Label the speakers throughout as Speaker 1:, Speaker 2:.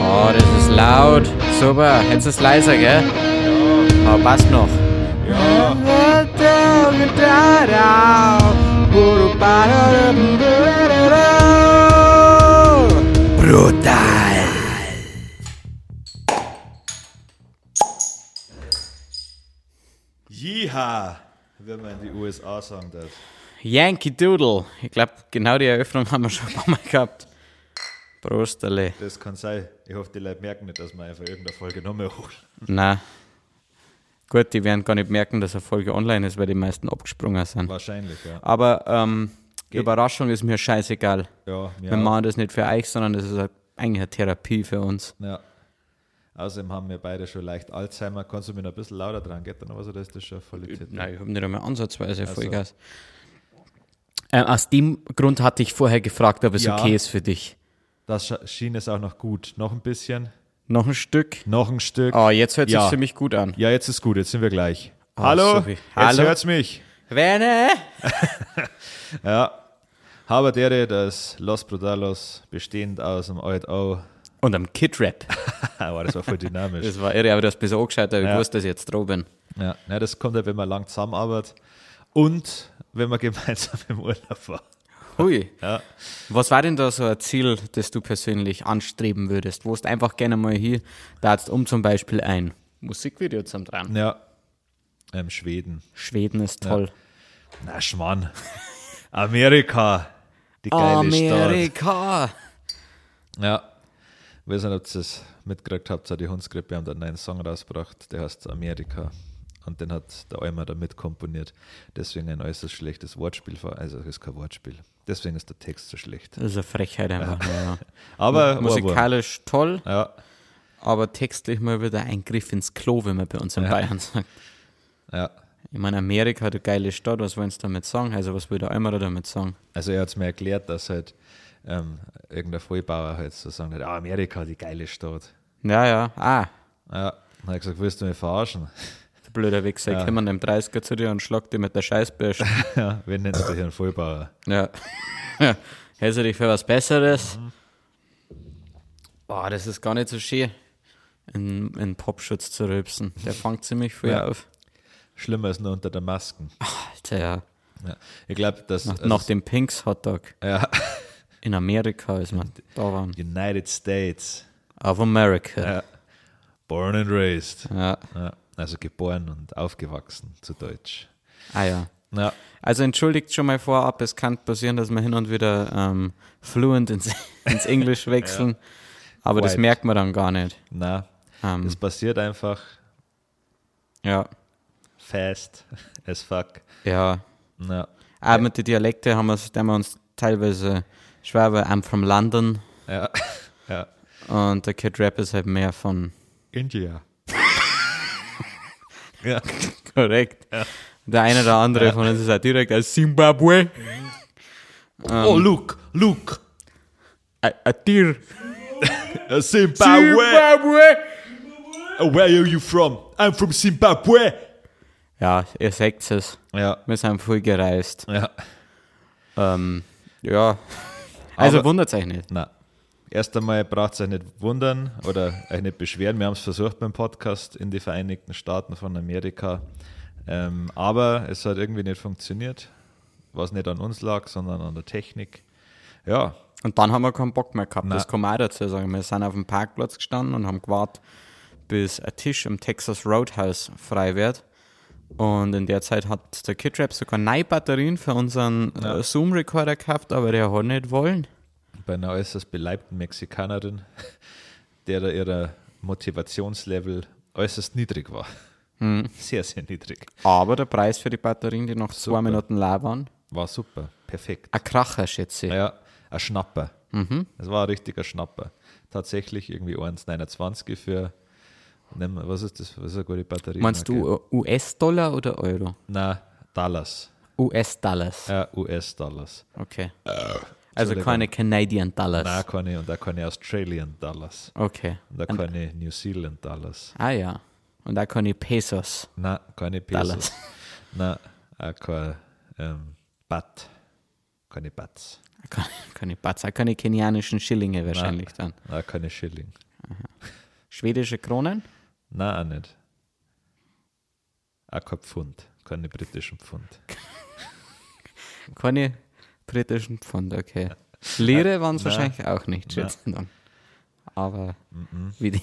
Speaker 1: Oh, laut. Super. Jetzt ist leiser, gell? Ja. Oh, passt noch.
Speaker 2: Ja.
Speaker 1: Brutal.
Speaker 2: Jiha, wenn man in die USA sagen darf.
Speaker 1: Yankee Doodle. Ich glaube, genau die Eröffnung haben wir schon ein paar Mal gehabt. Prosterle.
Speaker 2: Das kann sein. Ich hoffe, die Leute merken nicht, dass wir einfach irgendeine Folge nochmal holen.
Speaker 1: Na. Gut, die werden gar nicht merken, dass eine Folge online ist, weil die meisten abgesprungen sind.
Speaker 2: Wahrscheinlich, ja.
Speaker 1: Aber ähm, Überraschung ist mir scheißegal.
Speaker 2: Ja,
Speaker 1: Wir
Speaker 2: mir auch.
Speaker 1: machen das nicht für euch, sondern das ist eine- eigentlich eine Therapie für uns.
Speaker 2: ja. Außerdem haben wir beide schon leicht Alzheimer. Kannst du mir noch ein bisschen lauter dran gehen oder was? Oder ist das schon voll irritiert?
Speaker 1: Nein, ich habe nicht einmal ansatzweise Vollgas. Ähm, aus dem Grund hatte ich vorher gefragt, ob es
Speaker 2: Ja.
Speaker 1: okay ist für dich.
Speaker 2: Das scha- schien es auch noch gut. Noch ein bisschen.
Speaker 1: Noch ein Stück?
Speaker 2: Noch ein Stück.
Speaker 1: Oh, jetzt hört
Speaker 2: Ja.
Speaker 1: sich für mich gut an.
Speaker 2: Ja, jetzt ist gut. Jetzt sind wir gleich. Hallo?
Speaker 1: Ah, sorry.
Speaker 2: Jetzt
Speaker 1: Hallo?
Speaker 2: hört's mich.
Speaker 1: Werner!
Speaker 2: Habe dere das Los Brutalos bestehend aus dem Old O.
Speaker 1: Und am Kid-Rap.
Speaker 2: Aber das war voll dynamisch.
Speaker 1: Das war irre, aber du hast mich so angeschaut, aber
Speaker 2: Ja.
Speaker 1: ich wusste, dass ich jetzt drauf bin.
Speaker 2: ja. Ja, das kommt halt, wenn man lang zusammenarbeitet und wenn man gemeinsam im Urlaub war.
Speaker 1: Hui.
Speaker 2: Ja.
Speaker 1: Was war denn da so ein Ziel, das du persönlich anstreben würdest? Wo ist einfach gerne mal hier, da jetzt um zum Beispiel ein Musikvideo zum dran.
Speaker 2: Ja. Ähm, Schweden.
Speaker 1: Schweden ist toll.
Speaker 2: Na, Schmarrn. Amerika. Die geile Stadt.
Speaker 1: Amerika!
Speaker 2: Ja. Ich weiß nicht, ob ihr das mitgekriegt habt, so die Hundsgrippe haben da einen neuen Song rausgebracht, der heißt Amerika. Und den hat der Eimer da mitkomponiert. Deswegen ein äußerst schlechtes Wortspiel. ver- Also, es ist kein Wortspiel. Deswegen ist der Text so schlecht.
Speaker 1: Das ist eine Frechheit einfach. Ja.
Speaker 2: Aber Ohrwurm.
Speaker 1: Musikalisch toll,
Speaker 2: Ja,
Speaker 1: aber textlich mal wieder ein Griff ins Klo, wenn man bei uns in Bayern sagt.
Speaker 2: ja.
Speaker 1: Ich meine, Amerika, du geile Stadt, was wollen sie damit sagen? Also, was will der Eimerer damit sagen?
Speaker 2: Also er hat es mir erklärt, dass halt ähm, irgendein Vollbauer halt so sagen hat, ah, Amerika, die geile Stadt.
Speaker 1: Ja, ja, ah,
Speaker 2: Ja. Dann hat er gesagt, willst du mich verarschen?
Speaker 1: der blöde Wichser, ich komm an dem 30er zu dir und schlag dich mit der Scheißbürste.
Speaker 2: ja, wen nennst du hier einen Vollbauer?
Speaker 1: Ja. Hältst du dich für was Besseres? Boah, das ist gar nicht so schön, in, in Popschutz zu rülpsen. Der fängt ziemlich früh
Speaker 2: Ja.
Speaker 1: auf.
Speaker 2: Schlimmer ist nur unter der Masken.
Speaker 1: Alter, ja.
Speaker 2: Ja. Ich glaube, dass
Speaker 1: Nach,
Speaker 2: also
Speaker 1: nach dem Pinks Hotdog
Speaker 2: ja,
Speaker 1: in Amerika ist man da waren.
Speaker 2: United States,
Speaker 1: Of America.
Speaker 2: born and raised.
Speaker 1: Ja.
Speaker 2: Ja. Also geboren und aufgewachsen, zu Deutsch.
Speaker 1: Ah ja.
Speaker 2: Ja,
Speaker 1: Also entschuldigt schon mal vorab, es kann passieren, dass wir hin und wieder ähm, fluent ins, ins Englisch wechseln. Aber das
Speaker 2: Quite.
Speaker 1: merkt man dann gar nicht.
Speaker 2: na,
Speaker 1: Ähm,
Speaker 2: es passiert einfach
Speaker 1: ja.
Speaker 2: fast as fuck.
Speaker 1: Ja.
Speaker 2: Na,
Speaker 1: Auch mit den Dialekten haben wir, haben wir uns teilweise schwer, weil I'm from London
Speaker 2: ja, ja.
Speaker 1: und der Kid Rap ist halt mehr von
Speaker 2: India. ja.
Speaker 1: korrekt. Der eine oder andere von uns ist halt direkt aus Zimbabwe.
Speaker 2: oh, look, look.
Speaker 1: Ein ein Tier.
Speaker 2: Uh, Zimbabwe. Uh, Where are you from? I'm from Zimbabwe.
Speaker 1: Ja, ihr seht es.
Speaker 2: Ja,
Speaker 1: Wir sind voll gereist.
Speaker 2: ja.
Speaker 1: Ähm, ja. Also
Speaker 2: Aber-
Speaker 1: wundert euch nicht.
Speaker 2: Na, erst einmal braucht es euch nicht wundern oder euch nicht beschweren. Wir haben es versucht beim Podcast in die Vereinigten Staaten von Amerika. Ähm, aber es hat irgendwie nicht funktioniert, was nicht an uns lag, sondern an der Technik. Ja,
Speaker 1: Und dann haben wir keinen Bock mehr gehabt.
Speaker 2: Nein.
Speaker 1: Das kann man auch dazu sagen. Wir sind auf dem Parkplatz gestanden und haben gewartet, bis ein Tisch im Texas Roadhouse frei wird. Und in der Zeit hat der Kidrap sogar neue Batterien für unseren äh, Zoom-Recorder gehabt, aber der hat nicht wollen.
Speaker 2: bei einer äußerst beleibten Mexikanerin, der da ihrer Motivationslevel äußerst niedrig war. Sehr, sehr niedrig.
Speaker 1: Aber der Preis für die Batterien, die noch zwei Minuten leer waren,
Speaker 2: War super, perfekt.
Speaker 1: ein Kracher, schätze ich.
Speaker 2: Ja, ein Schnapper.
Speaker 1: Mhm.
Speaker 2: Es war ein richtiger Schnapper. Tatsächlich irgendwie 1,29 für. nimm- Was ist das? Was ist eine gute Batterie?
Speaker 1: Meinst du äh, US-Dollar oder Euro?
Speaker 2: Na, Dollars.
Speaker 1: US-Dollars.
Speaker 2: Ja, Äh, US-Dollars.
Speaker 1: Okay. Also keine Canadian Dollars.
Speaker 2: Na, keine und da keine Australian Dollars.
Speaker 1: Okay.
Speaker 2: Und da keine New Zealand Dollars.
Speaker 1: Ah ja. Und auch keine Pesos.
Speaker 2: Na, keine Pesos.
Speaker 1: Dollars.
Speaker 2: Na, auch kein ähm, Bat. Keine Bats.
Speaker 1: Keine, keine Batz, auch keine kenianischen Schillinge wahrscheinlich dann.
Speaker 2: Na, keine Schilling.
Speaker 1: Schwedische Kronen?
Speaker 2: Nein, auch nicht. Auch kein Pfund, keine britischen Pfund.
Speaker 1: Keine britischen Pfund, okay. Lire waren es wahrscheinlich auch nicht, schätze ich dann. Aber wie die.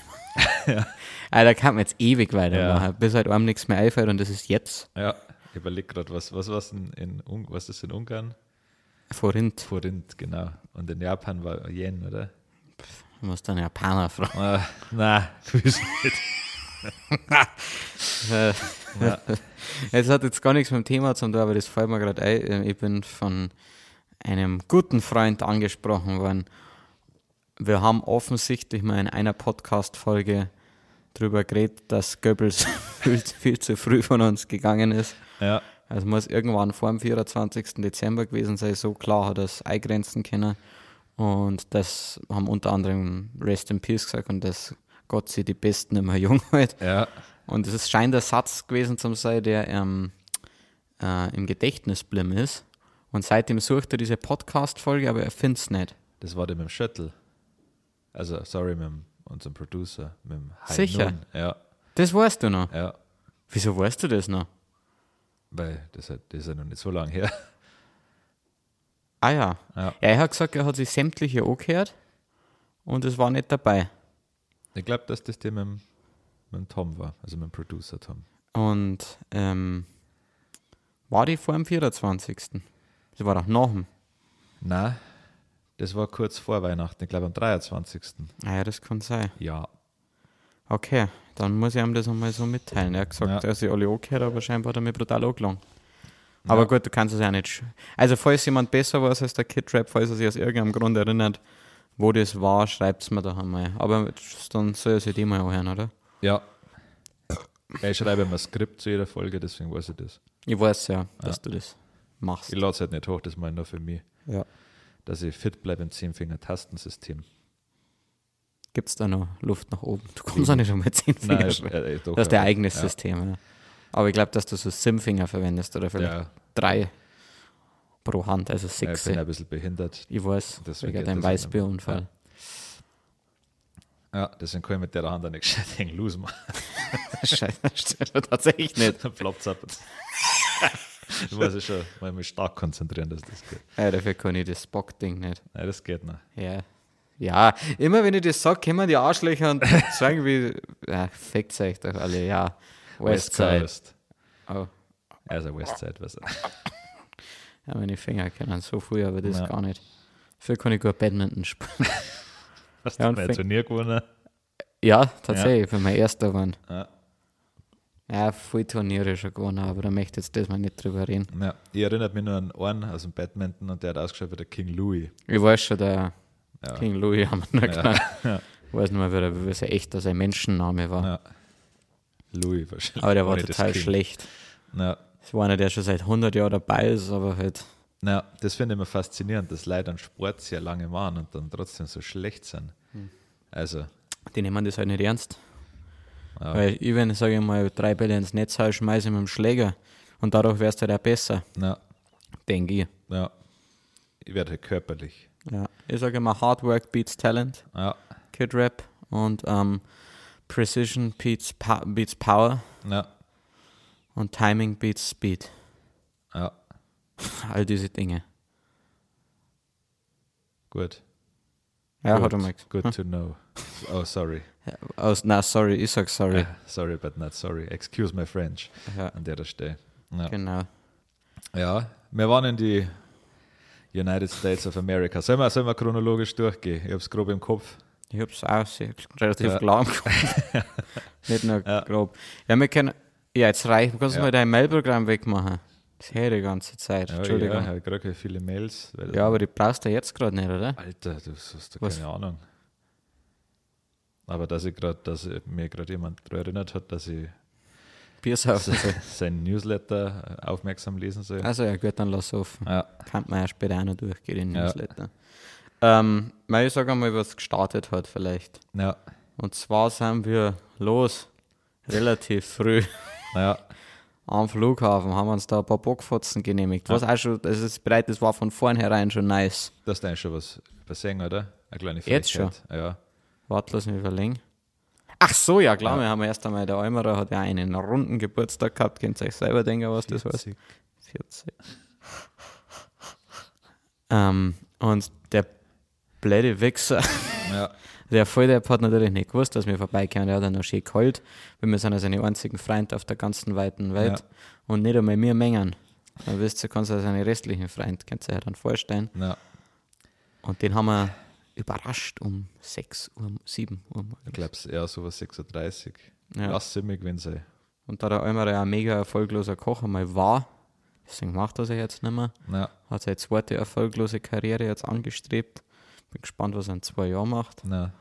Speaker 1: Ah, da kann man jetzt ewig weitermachen, bis halt einem nichts mehr einfällt und das ist jetzt
Speaker 2: Ja, ich überleg gerade, was, was, was, in, in, Ung- was ist in Ungarn?
Speaker 1: vorhin.
Speaker 2: Forint, genau. Und in Japan war Yen, oder?
Speaker 1: Du musst dann Japaner fragen.
Speaker 2: Ah, na, du bist nicht.
Speaker 1: Äh, Es hat jetzt gar nichts mit dem Thema zu tun, aber das fällt mir gerade ein. Ähm, Ich bin von einem guten Freund angesprochen worden. Wir haben offensichtlich mal in einer Podcast-Folge drüber geredet, dass Goebbels viel, zu- viel zu früh von uns gegangen ist.
Speaker 2: Ja,
Speaker 1: Es muss irgendwann vor dem 24. Dezember gewesen sein, so klar hat er es eingrenzen können. Und das haben unter anderem Rest in Peace gesagt und das Gott sie die Besten immer jung halt.
Speaker 2: ja,
Speaker 1: Und es ist- scheint der Satz gewesen zu sein, der ähm, äh, im Gedächtnis blieben ist. Und seitdem sucht er diese Podcast-Folge, aber er findet es nicht.
Speaker 2: das war der mit dem Shuttle. Also, sorry, mit dem, unserem Producer, mit dem Hai
Speaker 1: Sicher?
Speaker 2: Nun. Ja,
Speaker 1: Das weißt du noch.
Speaker 2: ja,
Speaker 1: Wieso weißt du das noch?
Speaker 2: weil das, hat- das ist ja noch nicht so lange her.
Speaker 1: Ah ja.
Speaker 2: Ja.
Speaker 1: Er hat gesagt, er hat sich sämtliche angehört und es war nicht dabei.
Speaker 2: Ich glaube, dass das der mit dem, mit dem Tom war, also mit dem Producer Tom.
Speaker 1: Und ähm, war die vor dem 24. Sie war doch nach dem.
Speaker 2: Na, das war kurz vor Weihnachten, ich glaube am 23.
Speaker 1: Ah ja, das kann sein.
Speaker 2: Ja,
Speaker 1: Okay, dann muss ich ihm das einmal so mitteilen. Er hat gesagt,
Speaker 2: Ja.
Speaker 1: er sich alle angehört, aber scheinbar hat er mich brutal angelangt. Aber gut, du kannst es ja nicht. sch- Also, falls jemand besser weiß als der Kid Rap, falls er sich aus irgendeinem Grund erinnert, wo das war, schreibt es mir doch einmal. Aber dann soll er sich die mal anhören, oder?
Speaker 2: ja. Ich schreibe immer ein Skript zu jeder Folge, deswegen weiß ich das.
Speaker 1: Ich weiß ja, dass du das machst.
Speaker 2: Ich lade es halt nicht hoch, das meine ich nur für mich,
Speaker 1: Ja.
Speaker 2: dass ich fit bleibe im Zehnfinger-Tastensystem.
Speaker 1: Gibt es da noch Luft nach oben? Du kommst auch nicht einmal 10 Finger.
Speaker 2: Nein,
Speaker 1: schreiben.
Speaker 2: äh, äh, doch,
Speaker 1: das ist dein
Speaker 2: äh,
Speaker 1: eigenes
Speaker 2: ja.
Speaker 1: System. Ja. Aber ich glaube, dass du so Sim-Finger verwendest oder vielleicht
Speaker 2: Ja,
Speaker 1: drei pro Hand, also
Speaker 2: ja, ich
Speaker 1: sechs.
Speaker 2: bin ein bisschen behindert.
Speaker 1: Ich weiß,
Speaker 2: Deswegen
Speaker 1: wegen
Speaker 2: geht
Speaker 1: deinem
Speaker 2: das nicht mehr.
Speaker 1: Weißbierunfall.
Speaker 2: Ja, deswegen kann ich mit der Hand auch nicht gescheit hängen. Los, machen.
Speaker 1: Scheiße, das stimmt tatsächlich nicht.
Speaker 2: Dann ploppt es ab. Ich muss ich schon mal mich stark konzentrieren, dass das geht.
Speaker 1: Ja, dafür kann ich das Bock-Ding nicht.
Speaker 2: Nein, das geht noch.
Speaker 1: Ja. Ja, immer wenn ich das sage, kommen die Arschlöcher und sagen wie, ja, fickt euch doch alle, ja. Westside.
Speaker 2: Coast.
Speaker 1: Oh,
Speaker 2: Also Westside, was?
Speaker 1: ja, meine Finger können so früh, aber das
Speaker 2: Ja.
Speaker 1: gar nicht. Dafür kann ich gut Badminton spielen.
Speaker 2: Hast
Speaker 1: Ja,
Speaker 2: du
Speaker 1: und
Speaker 2: mein
Speaker 1: fängt-
Speaker 2: Turnier gewonnen?
Speaker 1: Ja, tatsächlich, wenn wir Erster waren.
Speaker 2: Ja.
Speaker 1: Ja, viel Turniere schon gewonnen, aber da möchte ich jetzt das mal nicht drüber reden.
Speaker 2: Ja, ich erinnert mich nur an einen aus dem Badminton und der hat ausgeschaut wie der King Louis.
Speaker 1: Ich weiß schon, der
Speaker 2: Ja.
Speaker 1: King Louis haben wir noch genannt.
Speaker 2: Ja.
Speaker 1: Ich weiß nicht mehr, wie der- wie sein echter sein Menschenname war.
Speaker 2: Ja. Louis wahrscheinlich.
Speaker 1: Aber der war
Speaker 2: Ohne das
Speaker 1: total
Speaker 2: King.
Speaker 1: schlecht.
Speaker 2: Ja.
Speaker 1: Es war einer, der schon seit 100 Jahren dabei ist, aber halt.
Speaker 2: Na, das finde ich immer faszinierend, dass Leute an Sport sehr lange machen und dann trotzdem so schlecht sind. Also,
Speaker 1: Die nehmen das halt nicht ernst.
Speaker 2: Ja.
Speaker 1: Weil ich, wenn ich sage ich mal, drei Bälle ins Netz hau, schmeiße ich mit dem Schläger. Und dadurch wärst du halt auch besser,
Speaker 2: na,
Speaker 1: denke ich.
Speaker 2: ja. Ich werde halt körperlich.
Speaker 1: Ja. Ich sage immer, Hard Work beats Talent,
Speaker 2: Ja,
Speaker 1: Kid Rap. Und ähm, Precision beats, pa beats Power.
Speaker 2: na,
Speaker 1: Und Timing beats Speed.
Speaker 2: ja,
Speaker 1: All diese Dinge.
Speaker 2: gut.
Speaker 1: Ja,
Speaker 2: gut,
Speaker 1: hat er Hm. mal gesagt.
Speaker 2: Good to know. Oh, sorry. Ah,
Speaker 1: Aus, na, sorry, ich sag sorry.
Speaker 2: Sorry, but not sorry. Excuse my French
Speaker 1: Ja,
Speaker 2: an der Stelle. Ja.
Speaker 1: genau.
Speaker 2: ja, wir waren in die United States of America. Sollen wir, sollen wir chronologisch durchgehen? Ich habe es grob im Kopf.
Speaker 1: Ich hab's auch sehr, relativ
Speaker 2: Ja.
Speaker 1: klar im Kopf. Nicht nur grob. Ja, wir können. Ja, jetzt reicht. Kannst du
Speaker 2: Ja. Oh
Speaker 1: mal dein Mailprogramm wegmachen? Das höre ich die ganze Zeit.
Speaker 2: Ja,
Speaker 1: Entschuldigung.
Speaker 2: Ja, ich
Speaker 1: Ja,
Speaker 2: habe gerade viele Mails. Weil
Speaker 1: aber die brauchst du jetzt gerade nicht, oder?
Speaker 2: Alter, du hast da
Speaker 1: Was?
Speaker 2: keine Ahnung. Aber dass ich gerade, dass ich- mir gerade jemand daran erinnert hat, dass ich
Speaker 1: Biersaufen.
Speaker 2: se- sein Newsletter äh, aufmerksam lesen soll.
Speaker 1: Also ja, gut, dann lass offen.
Speaker 2: Ja,
Speaker 1: Kann man ja später auch noch durchgehen, den
Speaker 2: Ja.
Speaker 1: Newsletter. Ähm, weil ich sage einmal, was gestartet hat vielleicht.
Speaker 2: ja,
Speaker 1: Und zwar sind wir los. Relativ früh.
Speaker 2: ja,
Speaker 1: Am Flughafen haben wir uns da ein paar Bockfotzen genehmigt. Was auch schon, das ist bereit, das war von vornherein schon nice.
Speaker 2: das ist eigentlich schon was übersehen, oder? Eine kleine
Speaker 1: Jetzt
Speaker 2: Frechheit. Ja,
Speaker 1: Warte, lass mich überlegen. Ach so, ja klar, wir haben erst einmal, der Almerer hat ja einen runden Geburtstag gehabt, könnt ihr euch selber denken, was das heißt. 40. Ähm, und der blöde Wichser,
Speaker 2: Ja,
Speaker 1: der Volldepp hat natürlich nicht gewusst, dass wir vorbeikommen, der hat ja noch schön geholt, weil wir sind ja seine einzigen Freunde auf der ganzen weiten Welt
Speaker 2: Ja.
Speaker 1: und nicht einmal mir mengen. Dann wisst ihr, kannst du seine restlichen Freunde, könnt ihr euch dann vorstellen.
Speaker 2: na,
Speaker 1: Und den haben wir überrascht um 6 Uhr, 7 Uhr
Speaker 2: ich
Speaker 1: morgens.
Speaker 2: glaube, es ist eher so was 36.
Speaker 1: Ja.
Speaker 2: Lass sie mich, wenn sie.
Speaker 1: Und da der Almerer ja ein mega erfolgloser Koch einmal war, deswegen macht er sich jetzt nicht mehr,
Speaker 2: Na,
Speaker 1: hat seine zweite erfolglose Karriere jetzt angestrebt. Bin gespannt, was er in zwei Jahren macht.
Speaker 2: na.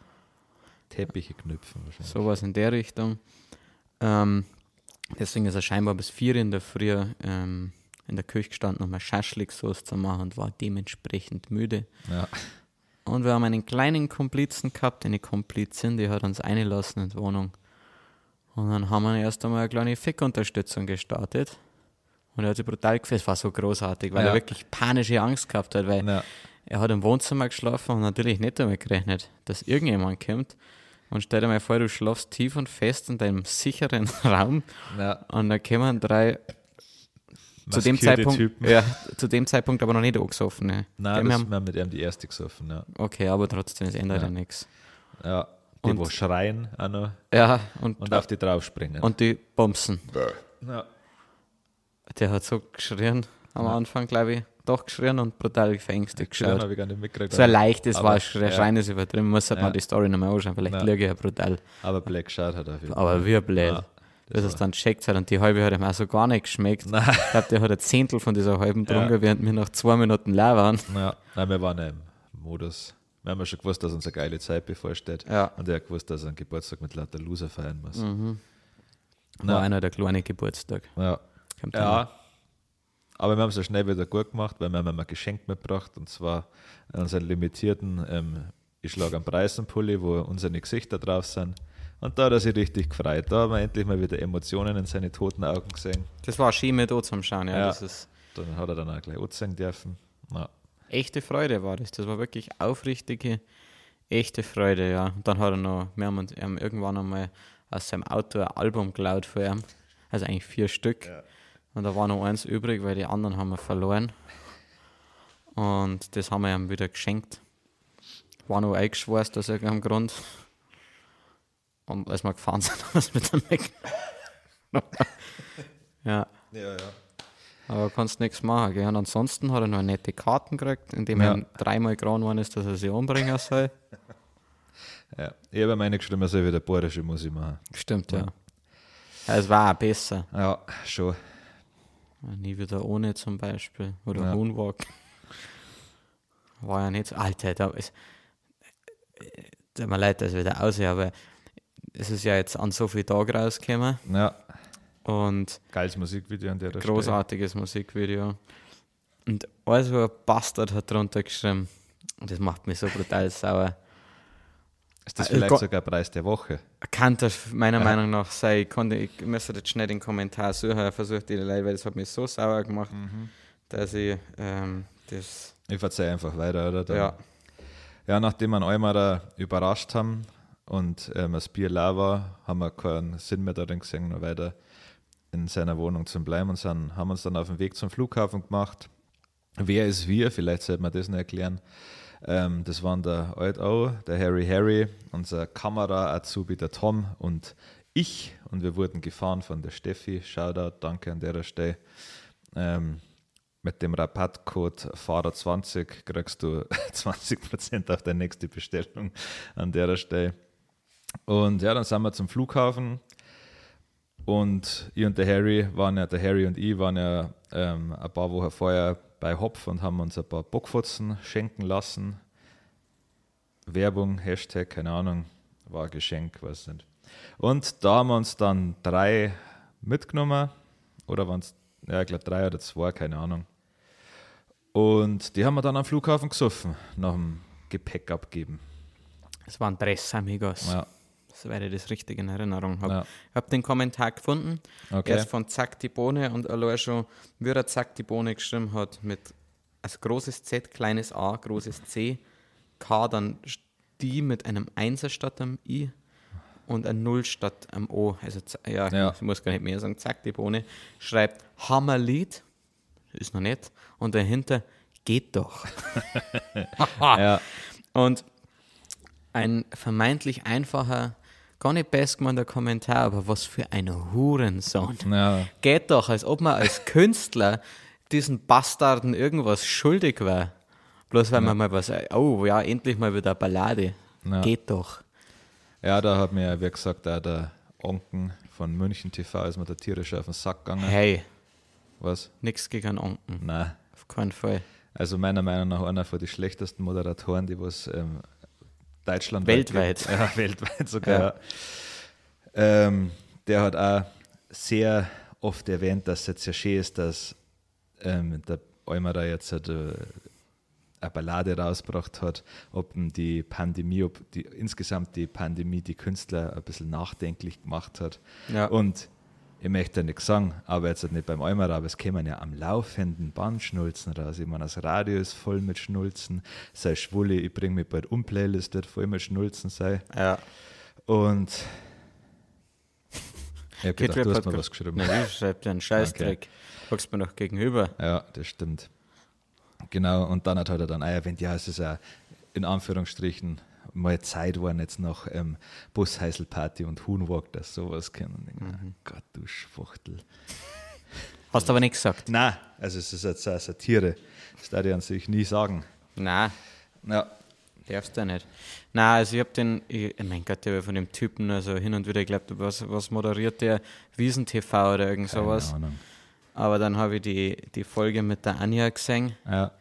Speaker 2: Teppiche knüpfen wahrscheinlich.
Speaker 1: Sowas in der Richtung. Ähm, deswegen ist er scheinbar bis vier in der Früh ähm, in der Küche gestanden, um eine Schaschlik-Sauce zu machen und war dementsprechend müde.
Speaker 2: Ja,
Speaker 1: Und wir haben einen kleinen Komplizen gehabt, eine Komplizin, die hat uns einlassen in die Wohnung. Und dann haben wir erst einmal eine kleine Fickunterstützung gestartet. Und er hat sich brutal gefreut, es war so großartig, weil
Speaker 2: Ja.
Speaker 1: er wirklich panische Angst gehabt hat, weil
Speaker 2: na,
Speaker 1: er hat im Wohnzimmer geschlafen und natürlich nicht damit gerechnet, dass irgendjemand kommt. Und stell dir mal vor, du schlafst tief und fest in deinem sicheren Raum
Speaker 2: na.
Speaker 1: und da kommen drei zu dem,
Speaker 2: Maskierte
Speaker 1: Zeitpunkt,
Speaker 2: Typen.
Speaker 1: ja, Genau. zu dem Zeitpunkt aber noch nicht ne? angesoffene.
Speaker 2: Nein,
Speaker 1: Die
Speaker 2: das
Speaker 1: haben-
Speaker 2: wir haben mit ihm die erste gesoffen, ja.
Speaker 1: okay, aber trotzdem, es ändert ja,
Speaker 2: Ja.
Speaker 1: nichts.
Speaker 2: ja. Die,
Speaker 1: Und-
Speaker 2: wo schreien auch noch
Speaker 1: Ja, und,
Speaker 2: und auf die draufspringen.
Speaker 1: Und die Bomsen.
Speaker 2: ja.
Speaker 1: Der hat so geschrien am Anfang, glaube ich. Doch geschrien und brutal verängstigt
Speaker 2: Schreien
Speaker 1: geschaut.
Speaker 2: habe ich gar nicht mitgekriegt.
Speaker 1: So ein leichtes
Speaker 2: genau. Aber-
Speaker 1: war Schreien,
Speaker 2: ja.
Speaker 1: Schreien ist übertrieben. Muss halt
Speaker 2: Ja.
Speaker 1: mal die Story nochmal anschauen. Vielleicht
Speaker 2: Ja.
Speaker 1: lüge ich ja brutal.
Speaker 2: Aber Black Shark hat auf jeden Fall.
Speaker 1: Aber wir blöd.
Speaker 2: Ja,
Speaker 1: Bis es dann checkt hat und die halbe hat ihm also gar nicht geschmeckt. Ich
Speaker 2: Nein.
Speaker 1: glaube, der hat ein Zehntel von dieser halben
Speaker 2: Ja.
Speaker 1: getrunken, während wir noch zwei Minuten leer waren.
Speaker 2: Ja, nein, wir waren ja im Modus. Wir haben ja schon gewusst, dass uns eine geile Zeit bevorsteht.
Speaker 1: Ja. Mhm.
Speaker 2: Und er hat gewusst, dass er einen Geburtstag mit lauter Loser feiern muss.
Speaker 1: War
Speaker 2: Ja.
Speaker 1: einer der kleine Geburtstag.
Speaker 2: Ja.
Speaker 1: Kommt dann.
Speaker 2: ja. Aber wir haben es ja schnell wieder gut gemacht, weil wir haben ihm ein Geschenk mitgebracht und zwar unseren limitierten ähm, Ich schlage am Preisenpulli, wo unsere Gesichter drauf sind. Und da hat er sich richtig gefreut. Da haben wir endlich mal wieder Emotionen in seine toten Augen gesehen.
Speaker 1: Das war Ski mit O zum Schauen, ja.
Speaker 2: Ja.
Speaker 1: Das ist
Speaker 2: Dann hat er dann auch gleich anzeigen dürfen. Ja.
Speaker 1: echte Freude war das. Das war wirklich aufrichtige, echte Freude, ja. Und dann hat er noch, wir haben, uns- wir haben irgendwann einmal aus seinem Auto ein Album geklaut von ihm. Also eigentlich vier Stück. Und da war noch eins übrig, weil die anderen haben wir verloren. Und das haben wir ihm wieder geschenkt. War noch eingeschweißt aus irgendeinem Grund. Und als wir gefahren sind, haben wir es wieder weg. ja.
Speaker 2: Ja, ja.
Speaker 1: Aber kannst nichts machen, gell? Und ansonsten hat er noch nette Karten gekriegt, indem
Speaker 2: Ja.
Speaker 1: er ihm dreimal gerannt worden ist, dass er sie umbringen soll.
Speaker 2: ja. Ich habe meine geschrieben, er soll wieder bayerische Musik machen.
Speaker 1: Stimmt, ja. ja. Es war auch besser.
Speaker 2: Ja, schon.
Speaker 1: Nie wieder ohne zum Beispiel. Oder
Speaker 2: Ja.
Speaker 1: Moonwalk. War ja nicht so. Alter, da ist. äh, Tut mir leid, dass ich wieder aussehe, aber es ist ja jetzt an so viel Tag rausgekommen
Speaker 2: Ja,
Speaker 1: und
Speaker 2: geiles Musikvideo an der
Speaker 1: großartiges Musikvideo. Und also ein Bastard hat drunter geschrieben. Und das macht mich so brutal sauer.
Speaker 2: Stelle. Ist das
Speaker 1: Äh, Go-
Speaker 2: vielleicht sogar Preis der Woche?
Speaker 1: kann das meiner Meinung nach sein. Ich, konnte, ich müsste jetzt schnell den Kommentar suchen. Ich versuche die Leute, weil das hat mich so sauer gemacht,
Speaker 2: Mhm.
Speaker 1: dass ich ähm, das.
Speaker 2: Ich verzeihe einfach weiter, oder? Dann-
Speaker 1: Ja,
Speaker 2: ja, nachdem wir einen Eumerer überrascht haben und ähm, das Bier leer war, haben wir keinen Sinn mehr darin gesehen, noch weiter in seiner Wohnung zu bleiben und sind, haben uns dann auf den Weg zum Flughafen gemacht. Wer ist wir? Vielleicht sollte man das noch erklären. Ähm, das waren der Old O, der Harry Harry, unser Kamera-Azubi, der Tom und ich. Und wir wurden gefahren von der Steffi. Shoutout, danke an der Stelle. Ähm, mit dem Rabattcode Fahrer20 kriegst du 20% auf deine nächste Bestellung an der Stelle. Und ja, dann sind wir zum Flughafen und ich und der Harry waren ja, der Harry und ich waren ja ähm, ein paar Wochen vorher bei Hopf und haben uns ein paar Bockfotzen schenken lassen. Werbung, Hashtag, keine Ahnung, war ein Geschenk, weiß nicht. Und da haben wir uns dann drei mitgenommen, oder waren es, ja, ich glaube drei oder zwei, keine Ahnung. Und die haben wir dann am Flughafen gesoffen, nach dem Gepäck abgeben.
Speaker 1: es waren Dress Amigos.
Speaker 2: Ja,
Speaker 1: Soweit ich das richtig in Erinnerung habe.
Speaker 2: Ja.
Speaker 1: Ich habe den Kommentar gefunden.
Speaker 2: Okay.
Speaker 1: Er ist von Zack die Bohne und allein schon, wie er Zack die Bohne geschrieben hat, mit als großes Z, kleines A, großes C, K, dann die mit einem Einser statt einem I und ein Null statt am O. Also, Z- ja,
Speaker 2: Ja.
Speaker 1: ich muss gar nicht mehr sagen. Zack, die Bohne schreibt Hammerlied, ist noch nett, und dahinter geht doch.
Speaker 2: Ja,
Speaker 1: Und ein vermeintlich einfacher, gar nicht best gemeinter Kommentar, aber was für ein Hurensohn.
Speaker 2: ja.
Speaker 1: Geht doch, als ob man als Künstler diesen Bastarden irgendwas schuldig war. Bloß weil man mal was, oh ja, endlich mal wieder eine Ballade.
Speaker 2: Ja.
Speaker 1: Geht doch.
Speaker 2: ja, da hat mir ja, wie gesagt, auch der Onken von München TV ist mir der tierisch auf den Sack gegangen.
Speaker 1: Hey,
Speaker 2: Was?
Speaker 1: nichts gegen einen Onken.
Speaker 2: Nein.
Speaker 1: Auf keinen Fall.
Speaker 2: Also meiner Meinung nach einer von den schlechtesten Moderatoren, die was ähm, Deutschland
Speaker 1: Weltweit.
Speaker 2: Ja, weltweit sogar. Ja. Ähm, der hat auch sehr oft erwähnt, dass es jetzt ja schön ist, dass ähm, der Eimer da jetzt halt, äh, eine Ballade rausgebracht hat, ob ihm die Pandemie, ob die, insgesamt die Pandemie die Künstler ein bisschen nachdenklich gemacht hat.
Speaker 1: Ja.
Speaker 2: Und ich möchte nichts sagen, aber jetzt halt nicht beim Eimer, aber es kämen ja am laufenden Band Schnulzen raus. Ich meine, das Radio ist voll mit Schnulzen, sei Schwulle, ich bringe mich bald um, Playlist wird voll mit Schnulzen sei.
Speaker 1: Ja.
Speaker 2: Und ich hab gedacht,
Speaker 1: Kid
Speaker 2: genau, du
Speaker 1: Rap
Speaker 2: hast
Speaker 1: hat
Speaker 2: mir
Speaker 1: ge-
Speaker 2: was geschrieben.
Speaker 1: Na, ich schreib dir einen Scheißdreck. Guckst mir doch gegenüber.
Speaker 2: Ja, das stimmt. Genau, und dann hat er dann auch erwähnt, ja, es ist ja in Anführungsstrichen mal Zeit waren jetzt noch ähm, Busheiselparty und Huhnwalk, dass sowas kennen. Und ich denk, ah, Gott, du Schwuchtel.
Speaker 1: Hast aber nichts gesagt.
Speaker 2: Na, also es ist jetzt eine Satire. Das darf ich an sich nie sagen.
Speaker 1: Nein.
Speaker 2: Ja,
Speaker 1: Darfst du nicht. Na, also ich hab den, ich, mein Gott, ich hab von dem Typen also hin und wieder geglaubt, was, was moderiert der? Wiesen TV oder irgend
Speaker 2: keine
Speaker 1: sowas.
Speaker 2: Ahnung.
Speaker 1: Aber dann habe ich die, die Folge mit der Anja gesehen.
Speaker 2: Ja,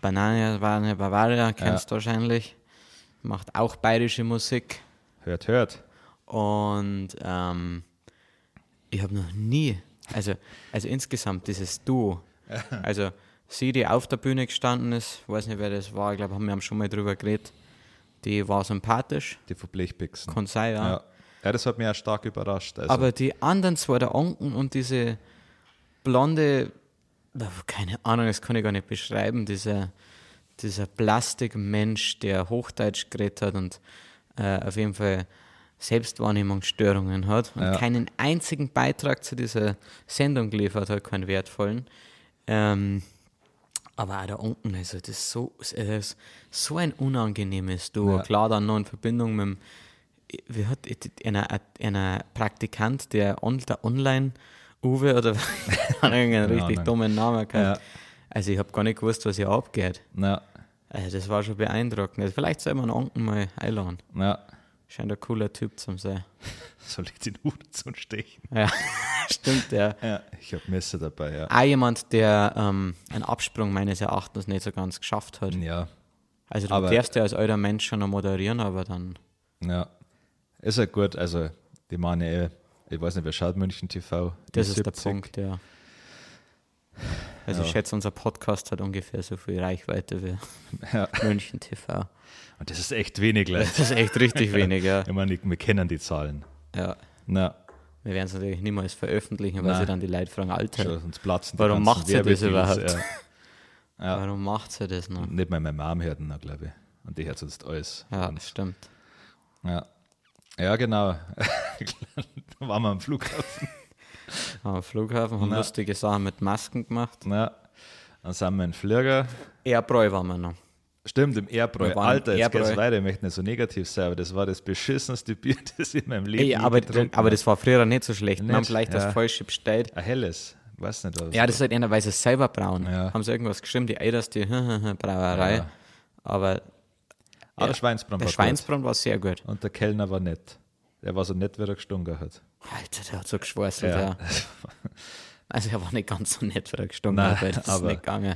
Speaker 1: Banane war eine Bavaria, kennst du wahrscheinlich. Macht auch bayerische Musik.
Speaker 2: hört, hört.
Speaker 1: Und ähm, ich habe noch nie, also, also insgesamt dieses Duo, also sie, die auf der Bühne gestanden ist, weiß nicht, wer das war, ich glaube, wir haben schon mal drüber geredet, die war sympathisch,
Speaker 2: Die von Blechpixen.
Speaker 1: kann sein, ja.
Speaker 2: ja. ja, das hat mich auch stark überrascht. Also,
Speaker 1: Aber die anderen zwei, der Onken und diese blonde, keine Ahnung, das kann ich gar nicht beschreiben, dieser, dieser Plastikmensch, der Hochdeutsch geredet hat und äh, auf jeden Fall Selbstwahrnehmungsstörungen hat und
Speaker 2: Ja.
Speaker 1: keinen einzigen Beitrag zu dieser Sendung geliefert hat, keinen wertvollen. Ähm, aber auch der Onken, also das ist so, es ist so ein unangenehmes Duo.
Speaker 2: Ja.
Speaker 1: Klar, dann noch in Verbindung mit dem, wie hat äh, einer, einer Praktikant, der, on, der online Uwe oder irgendeinen
Speaker 2: Keine
Speaker 1: richtig
Speaker 2: Ahnung.
Speaker 1: dummen Namen gehabt. Also ich habe gar nicht gewusst, was hier abgeht.
Speaker 2: na,
Speaker 1: Also das war schon beeindruckend. Also vielleicht soll man Onken mal einladen.
Speaker 2: na,
Speaker 1: Scheint ein cooler Typ zu sein.
Speaker 2: soll ich den Hut zustechen?
Speaker 1: Ja, stimmt, ja.
Speaker 2: Ja, ich habe Messer dabei, ja.
Speaker 1: Auch jemand, der ähm, einen Absprung meines Erachtens nicht so ganz geschafft hat.
Speaker 2: Ja,
Speaker 1: Also du
Speaker 2: Aber-
Speaker 1: darfst ja als alter Mensch schon noch moderieren, aber dann
Speaker 2: Ja, ist ja gut. Also, die machen ja, eh- ich weiß nicht, wer schaut München TV? Die
Speaker 1: Das ist der
Speaker 2: 70.
Speaker 1: Punkt, ja. Also ich schätze, unser Podcast hat ungefähr so viel Reichweite wie
Speaker 2: Ja.
Speaker 1: München TV.
Speaker 2: Und das ist echt wenig, Leute.
Speaker 1: Das ist echt richtig wenig, ja.
Speaker 2: Ich meine, wir kennen die Zahlen.
Speaker 1: ja.
Speaker 2: Na,
Speaker 1: Wir werden es natürlich niemals veröffentlichen, weil
Speaker 2: Nein.
Speaker 1: sie dann die Leute fragen, Alter,
Speaker 2: schon, sonst platzen die
Speaker 1: Warum
Speaker 2: ganzen
Speaker 1: macht ihr das
Speaker 2: Werbedeals,
Speaker 1: überhaupt?
Speaker 2: ja.
Speaker 1: warum macht sie das noch?
Speaker 2: Ja. Nicht mal meine Mom hört ihn noch, glaube ich. Und die hört sonst alles.
Speaker 1: Ja, stimmt.
Speaker 2: Ja, ja genau. da waren wir am Flughafen.
Speaker 1: Am Flughafen haben
Speaker 2: Na.
Speaker 1: lustige Sachen mit Masken gemacht.
Speaker 2: Na, dann sind wir in Flieger.
Speaker 1: Erbräu waren wir noch.
Speaker 2: Stimmt, im Erbräu.
Speaker 1: Wir waren im
Speaker 2: Alter, jetzt
Speaker 1: Erbräu.
Speaker 2: geht's weiter. Ich möchte nicht so negativ sein, aber das war das beschissenste Bier, das ich in meinem Leben
Speaker 1: Ey, aber,
Speaker 2: getrunken
Speaker 1: aber das war früher nicht so schlecht. Wir haben
Speaker 2: Nicht?
Speaker 1: vielleicht
Speaker 2: Ja.
Speaker 1: das Falsche bestellt.
Speaker 2: Ein helles. Weiß nicht, was.
Speaker 1: Ja, das ist halt einer, weil sie es selber brauen.
Speaker 2: Ja.
Speaker 1: Haben sie irgendwas geschrieben, die älteste Brauerei.
Speaker 2: Ja.
Speaker 1: Aber
Speaker 2: ah, der Schweinsbraten
Speaker 1: Der
Speaker 2: war gut.
Speaker 1: Schweinsbraten war sehr gut.
Speaker 2: Und der Kellner war nett. Der war so nett, wie er gestunken hat.
Speaker 1: Alter, der hat so geschweißelt. Ja. Also er war nicht ganz so nett, wie er gestunken
Speaker 2: Nein,
Speaker 1: hat, weil das
Speaker 2: aber-
Speaker 1: ist nicht gegangen.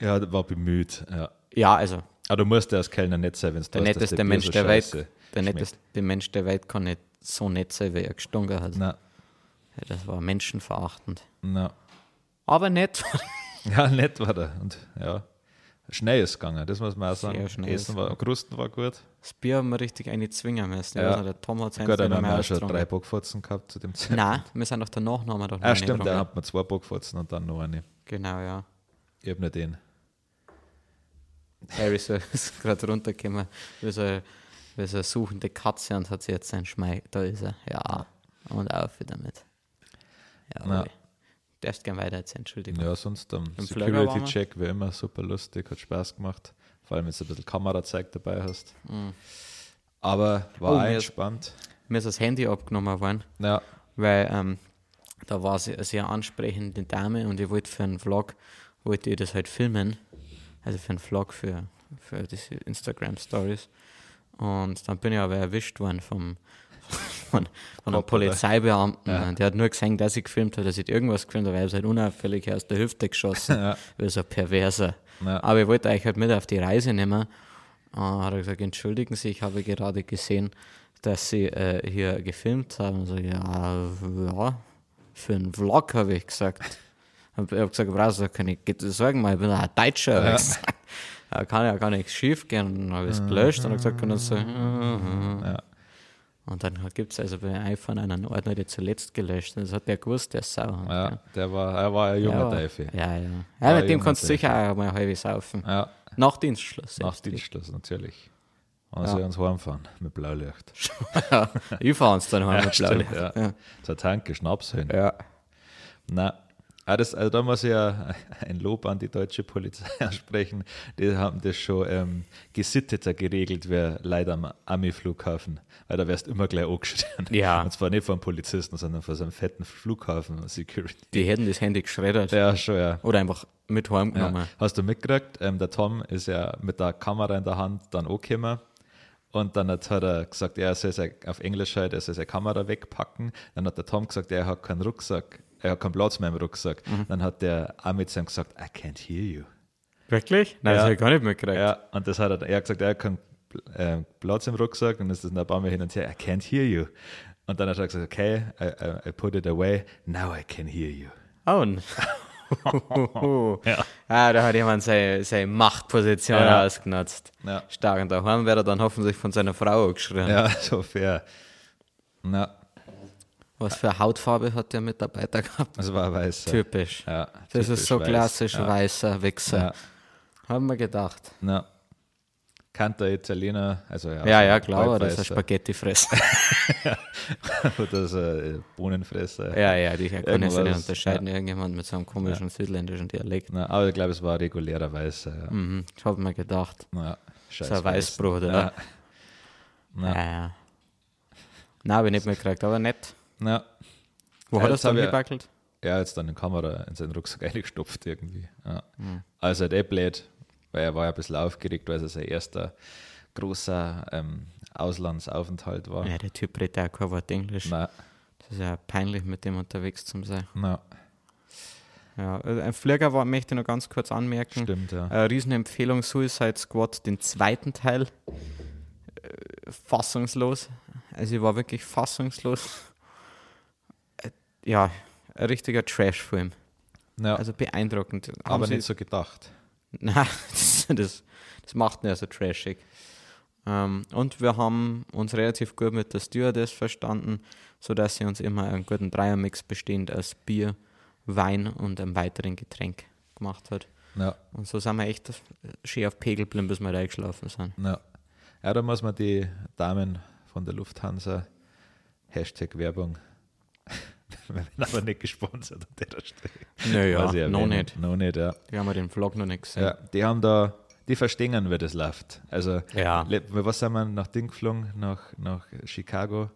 Speaker 2: Ja, der war bemüht. Ja.
Speaker 1: Ja, also
Speaker 2: Aber du musst ja als Kellner nett sein, wenn du
Speaker 1: der
Speaker 2: weißt, dass
Speaker 1: netteste
Speaker 2: Bier
Speaker 1: Mensch
Speaker 2: so
Speaker 1: der Welt,
Speaker 2: scheiße
Speaker 1: der
Speaker 2: schmeckt.
Speaker 1: netteste Mensch der Welt kann nicht so nett sein, wie er gestunken hat.
Speaker 2: Na,
Speaker 1: Ja, das war menschenverachtend.
Speaker 2: na.
Speaker 1: Aber nett.
Speaker 2: Ja, nett war der. Und ja, schnell ist gegangen, das muss man auch sagen.
Speaker 1: Sehr schnell ist
Speaker 2: Essen war, Krusten war gut.
Speaker 1: Das Bier haben wir richtig eine zwingen müssen. Ich
Speaker 2: Ja.
Speaker 1: weiß nicht, der Tom hat sein
Speaker 2: Gut, dann haben wir auch schon drei
Speaker 1: ausgetrunken.
Speaker 2: Bockfotzen gehabt zu dem Zeitpunkt.
Speaker 1: Nein, wir sind noch danach noch mal doch noch
Speaker 2: Ah,
Speaker 1: eine
Speaker 2: stimmt, da
Speaker 1: getrunken.
Speaker 2: hat man zwei Bockfotzen und dann noch eine.
Speaker 1: Genau, ja.
Speaker 2: Ich hab nicht den.
Speaker 1: Harry so ist gerade runtergekommen, wie so ein Wie so eine suchende Katze und hat sie jetzt seinen Schmei. Da ist er. Ja. Und auf wieder mit. Ja.
Speaker 2: Na.
Speaker 1: Na. Darfst gern weiter jetzt, Entschuldigung.
Speaker 2: Ja, sonst am
Speaker 1: Im Flieger waren wir.
Speaker 2: Security-Check wie immer super lustig, hat Spaß gemacht. Vor allem, wenn du ein bisschen Kamerazeig dabei hast. Aber war
Speaker 1: Mhm. Oh,
Speaker 2: auch
Speaker 1: mir ist-
Speaker 2: entspannt.
Speaker 1: Mir ist das Handy abgenommen worden,
Speaker 2: Ja,
Speaker 1: weil ähm, da war sie eine sehr ansprechende Dame und ich wollte für einen Vlog, wollte ich das halt filmen. Also für einen Vlog, für, für diese Instagram-Stories. Und dann bin ich aber erwischt worden vom, von, von einem
Speaker 2: Hoppala.
Speaker 1: Polizeibeamten.
Speaker 2: Ja.
Speaker 1: Der hat nur gesehen, dass ich gefilmt habe, dass ich irgendwas gefilmt habe, weil ich halt unauffällig aus der Hüfte geschossen.
Speaker 2: Ja.
Speaker 1: Weil so ein perverser.
Speaker 2: Ja.
Speaker 1: Aber ich wollte euch halt mit auf die Reise nehmen. Äh, hat er gesagt, entschuldigen Sie, ich habe gerade gesehen, dass Sie äh, hier gefilmt haben. So, ja, w- ja, für einen Vlog habe ich gesagt. Hab- Ich habe gesagt, brauchst du keine Sorgen, mal, ich bin ein Deutscher. hab ich gesagt. Da kann ja gar nichts schief gehen. Und Dann habe ich es gelöscht und hab gesagt, und dann so.
Speaker 2: Mhm. ja.
Speaker 1: mhm. Und dann gibt es also bei iPhone einen Ordner, der zuletzt gelöscht ist. Das hat der gewusst, der Sau.
Speaker 2: ja, der war, er war ein junger
Speaker 1: ja,
Speaker 2: Teufel.
Speaker 1: Ja, ja.
Speaker 2: Ah,
Speaker 1: ja mit dem
Speaker 2: junger
Speaker 1: kannst du
Speaker 2: Teufel.
Speaker 1: sicher auch mal halb saufen.
Speaker 2: Ja,
Speaker 1: Nach Dienstschluss.
Speaker 2: nach
Speaker 1: selbst.
Speaker 2: Dienstschluss natürlich. Und sie uns heimfahren mit Blaulicht.
Speaker 1: Ja, ich fahre uns dann heim
Speaker 2: Ja,
Speaker 1: mit Blaulicht.
Speaker 2: stimmt, ja. Zur Tanke, Schnaps hin.
Speaker 1: Ja.
Speaker 2: Nein. Ah, das, also da muss ich ja ein Lob an die deutsche Polizei aussprechen. Die haben das schon ähm, gesitteter geregelt, wer leider am Ami-Flughafen, weil da wärst immer gleich angeschrien.
Speaker 1: Ja.
Speaker 2: Und zwar nicht von Polizisten, sondern von so einem fetten Flughafen-Security.
Speaker 1: Die hätten das Handy geschreddert.
Speaker 2: Ja, schon, ja.
Speaker 1: Oder einfach mit heimgenommen.
Speaker 2: Ja. Hast du mitgekriegt? Ähm, der Tom ist ja mit der Kamera in der Hand dann angekommen. Und dann hat hat er gesagt, er soll seine, auf Englisch halt, er soll seine Kamera wegpacken. Dann hat der Tom gesagt, er hat keinen Rucksack, er hat keinen Platz mehr im Rucksack. Dann hat der Amit zu ihm gesagt, I can't hear you.
Speaker 1: Wirklich? Nein,
Speaker 2: Ja.
Speaker 1: das habe ich gar nicht mitgekriegt.
Speaker 2: Ja, und das hat er, er hat gesagt, er hat keinen ähm, Platz im Rucksack. Und dann ist das ein paar Mal hin und her, I can't hear you. Und dann hat er gesagt, okay, I, I, I put it away, now I can hear you.
Speaker 1: Oh. n-
Speaker 2: Ja.
Speaker 1: Ah, da hat jemand seine, seine Machtposition
Speaker 2: Ja.
Speaker 1: ausgenutzt.
Speaker 2: Ja.
Speaker 1: Stark. Und daheim wäre er dann hoffentlich von seiner Frau geschrien.
Speaker 2: Ja, so fair. Na,
Speaker 1: Was für eine Hautfarbe hat der Mitarbeiter gehabt?
Speaker 2: das war äh, weiß.
Speaker 1: Typisch.
Speaker 2: Ja,
Speaker 1: Das
Speaker 2: typisch
Speaker 1: ist so
Speaker 2: weiß.
Speaker 1: klassisch
Speaker 2: Ja.
Speaker 1: weißer Wichser.
Speaker 2: Ja.
Speaker 1: Haben wir gedacht.
Speaker 2: Na, Kanter Italiener, also ja.
Speaker 1: Ja,
Speaker 2: so
Speaker 1: ja, klar, aber das ist ein
Speaker 2: Goldweißer
Speaker 1: Spaghettifresser.
Speaker 2: Oder so ein äh, Bohnenfresser.
Speaker 1: ja, ja, die kann ich
Speaker 2: Irgendwas,
Speaker 1: so nicht unterscheiden. Irgendjemand mit so einem komischen südländischen Dialekt.
Speaker 2: Na, aber ich glaube, es war regulärer Weißer. Ja.
Speaker 1: Mhm, ich habe mir gedacht,
Speaker 2: Na,
Speaker 1: so ein
Speaker 2: scheiß
Speaker 1: Weißbrot, oder? Ja. Ja, ja. Äh. Nein, habe ich nicht mitgekriegt, aber nett.
Speaker 2: Na,
Speaker 1: Wo
Speaker 2: Ja,
Speaker 1: hat er
Speaker 2: das
Speaker 1: es dann
Speaker 2: hab ich-
Speaker 1: gebackelt?
Speaker 2: er hat jetzt dann die Kamera in seinen Rucksack eingestopft irgendwie. Ja.
Speaker 1: Hm.
Speaker 2: Also der blöd, weil er war ja ein bisschen aufgeregt, weil es sein erster großer ähm, Auslandsaufenthalt war.
Speaker 1: Ja, der Typ redet auch kein Wort Englisch.
Speaker 2: Na,
Speaker 1: Das ist ja peinlich, mit dem unterwegs zu sein.
Speaker 2: na,
Speaker 1: Ja, also ein Flieger war, möchte ich noch ganz kurz anmerken.
Speaker 2: stimmt, ja.
Speaker 1: Äh, Riesenempfehlung Suicide Squad, den zweiten Teil. Äh, fassungslos. Also ich war wirklich fassungslos. Äh, ja, ein richtiger Trash-Film.
Speaker 2: Na,
Speaker 1: Also beeindruckend. Haben
Speaker 2: aber
Speaker 1: sie-
Speaker 2: nicht so gedacht.
Speaker 1: Nein, das, das, das macht nicht so trashig. Ähm, und wir haben uns relativ gut mit der Stewardess verstanden, sodass sie uns immer einen guten Dreiermix bestehend aus Bier, Wein und einem weiteren Getränk gemacht hat.
Speaker 2: Na.
Speaker 1: Und so sind wir echt schön auf Pegel geblieben, bis wir da eingeschlafen sind.
Speaker 2: Ja. ja, da muss man die Damen von der Lufthansa, Hashtag Werbung, wir werden aber nicht gesponsert an der Stelle. Muss ich
Speaker 1: Naja,
Speaker 2: erwähnen.
Speaker 1: noch nicht.
Speaker 2: Noch nicht, ja.
Speaker 1: Die haben wir den Vlog noch nicht gesehen.
Speaker 2: ja. Die haben da, die verstehen, wie das läuft. Also,
Speaker 1: Ja.
Speaker 2: le- was sind wir nach Ding geflogen? Nach, nach Chicago?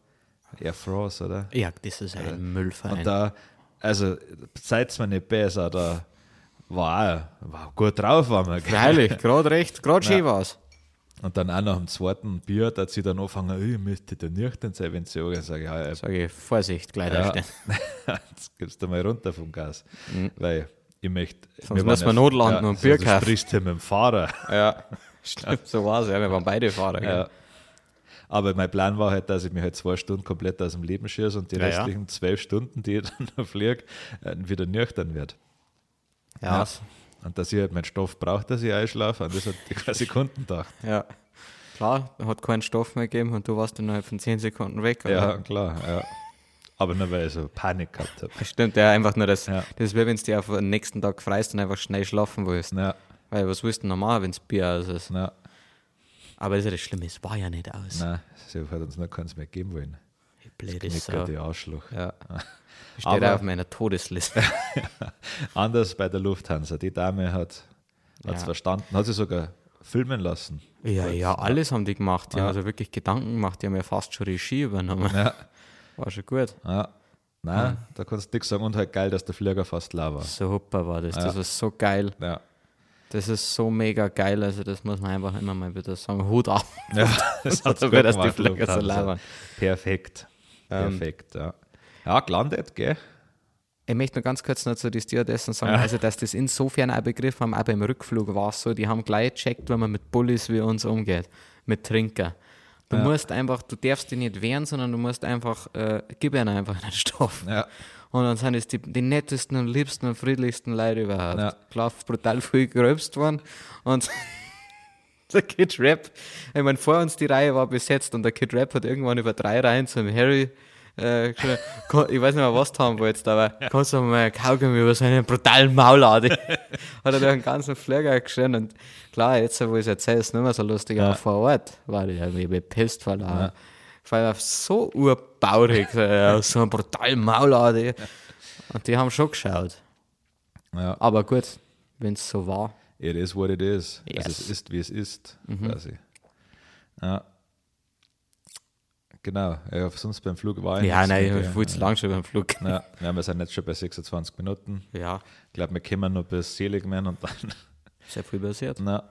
Speaker 2: Air France, oder?
Speaker 1: Ja, das ist ein Müllverein.
Speaker 2: Und da, also, seid mir nicht besser, da war, auch- war gut drauf, waren wir. gell?
Speaker 1: Freilich, gerade recht, gerade schön war's.
Speaker 2: Und dann auch nach dem zweiten Bier, da hat sie dann angefangen, "Ey, ich müsste da nüchtern sein, wenn sie sagen, sage ich, ja, ja,
Speaker 1: Sage ich, Vorsicht, gleich
Speaker 2: Ja.
Speaker 1: da stehen. Mhm.
Speaker 2: jetzt gibst du mal runter vom Gas. Weil ich möchte.
Speaker 1: Sonst
Speaker 2: wir
Speaker 1: muss
Speaker 2: waren
Speaker 1: man notlanden und Bier
Speaker 2: sonst
Speaker 1: kaufen.
Speaker 2: sprichst du mit dem Fahrer.
Speaker 1: Ja, stimmt, so war's. Ja, wir waren beide Fahrer. gell?
Speaker 2: Ja. Aber mein Plan war halt, dass ich mich halt zwei Stunden komplett aus dem Leben schieße und die
Speaker 1: Ja, ja.
Speaker 2: restlichen zwölf Stunden, die ich dann noch fliege, äh, wieder nüchtern wird.
Speaker 1: Ja.
Speaker 2: Und dass ich halt meinen Stoff brauche, dass ich einschlafe, an das hat die quasi Sekunden gedacht.
Speaker 1: ja. Klar, hat keinen Stoff mehr gegeben und du warst innerhalb von 10 Sekunden weg.
Speaker 2: Ja, klar. Ja. Aber nur weil ich so Panik gehabt habe.
Speaker 1: Stimmt, ja, einfach nur das.
Speaker 2: Ja.
Speaker 1: Das ist wie wenn du dich auf den nächsten Tag freist und einfach schnell schlafen willst.
Speaker 2: Na,
Speaker 1: Weil was willst du normal, wenn es Bier aus ist?
Speaker 2: na,
Speaker 1: Aber das ist ja das Schlimme, es war ja nicht aus.
Speaker 2: Nein, sie hat uns noch keins mehr geben wollen.
Speaker 1: Wie blöd
Speaker 2: Nicht
Speaker 1: ist
Speaker 2: gerade
Speaker 1: so.
Speaker 2: die Arschloch.
Speaker 1: Ja. Steht
Speaker 2: Aber-
Speaker 1: auf meiner Todesliste.
Speaker 2: Anders bei der Lufthansa. Die Dame hat es
Speaker 1: Ja.
Speaker 2: verstanden, hat sie sogar filmen lassen.
Speaker 1: ja, ja, alles haben die gemacht. Die haben also wirklich Gedanken gemacht. Die haben ja fast schon Regie übernommen.
Speaker 2: Ja.
Speaker 1: War schon gut.
Speaker 2: Ja. Nein,
Speaker 1: Hm.
Speaker 2: da kannst du nichts sagen. Und halt geil, dass der Flieger fast leer war.
Speaker 1: So hopper war das. Das ist so geil.
Speaker 2: Ja.
Speaker 1: Das ist so mega geil. Also, das muss man einfach immer mal wieder sagen. Hut ab.
Speaker 2: ja das hat's
Speaker 1: Oder
Speaker 2: gut
Speaker 1: dass die
Speaker 2: gemacht,
Speaker 1: Flieger so
Speaker 2: Lufthansa.
Speaker 1: leer waren. Ähm.
Speaker 2: Perfekt. Perfekt, ja. Ja, gelandet, gell?
Speaker 1: Ich möchte nur ganz kurz noch zu den Stewardessen sagen, also dass das insofern ein Begriff haben, auch beim Rückflug war es so, die haben gleich gecheckt, wenn man mit Bullis wie uns umgeht, mit Trinker. Du musst einfach, du darfst die nicht wehren, sondern du musst einfach, äh, gib ihnen einfach einen Stoff.
Speaker 2: Ja.
Speaker 1: Und dann sind es die, die nettesten und liebsten und friedlichsten Leute überhaupt.
Speaker 2: Ja.
Speaker 1: Klar, brutal viel geröbst worden und der Kid Rap, ich meine, vor uns die Reihe war besetzt und der Kid Rap hat irgendwann über drei Reihen zum Harry äh, geschrieben, "Ko- ich weiß nicht mehr, was du haben wolltest, aber kannst du mal ein Kaugummi über seinen brutalen Maulade? hat er durch den ganzen Flieger geschrien und klar, jetzt, wo ich es erzähle, ist es nicht mehr so lustig, aber vor Ort war ich irgendwie bepisst von der vor allem so urbaurig, äh, so ein brutalen Maulade. Und die haben schon geschaut.
Speaker 2: Ja.
Speaker 1: Aber gut, wenn es so war.
Speaker 2: It is what it is.
Speaker 1: Yes. Mhm.
Speaker 2: Also es ist, wie es ist, quasi. Ja. Genau. Ja, sonst beim Flug war ich
Speaker 1: Ja,
Speaker 2: nicht so,
Speaker 1: nein,
Speaker 2: gell?
Speaker 1: ich wollte zu lang schon beim Flug.
Speaker 2: Ja, ja, wir sind jetzt schon bei 26 Minuten.
Speaker 1: Ja,
Speaker 2: Ich glaube, wir kommen noch bis Seligman und dann.
Speaker 1: sehr viel passiert.
Speaker 2: Na.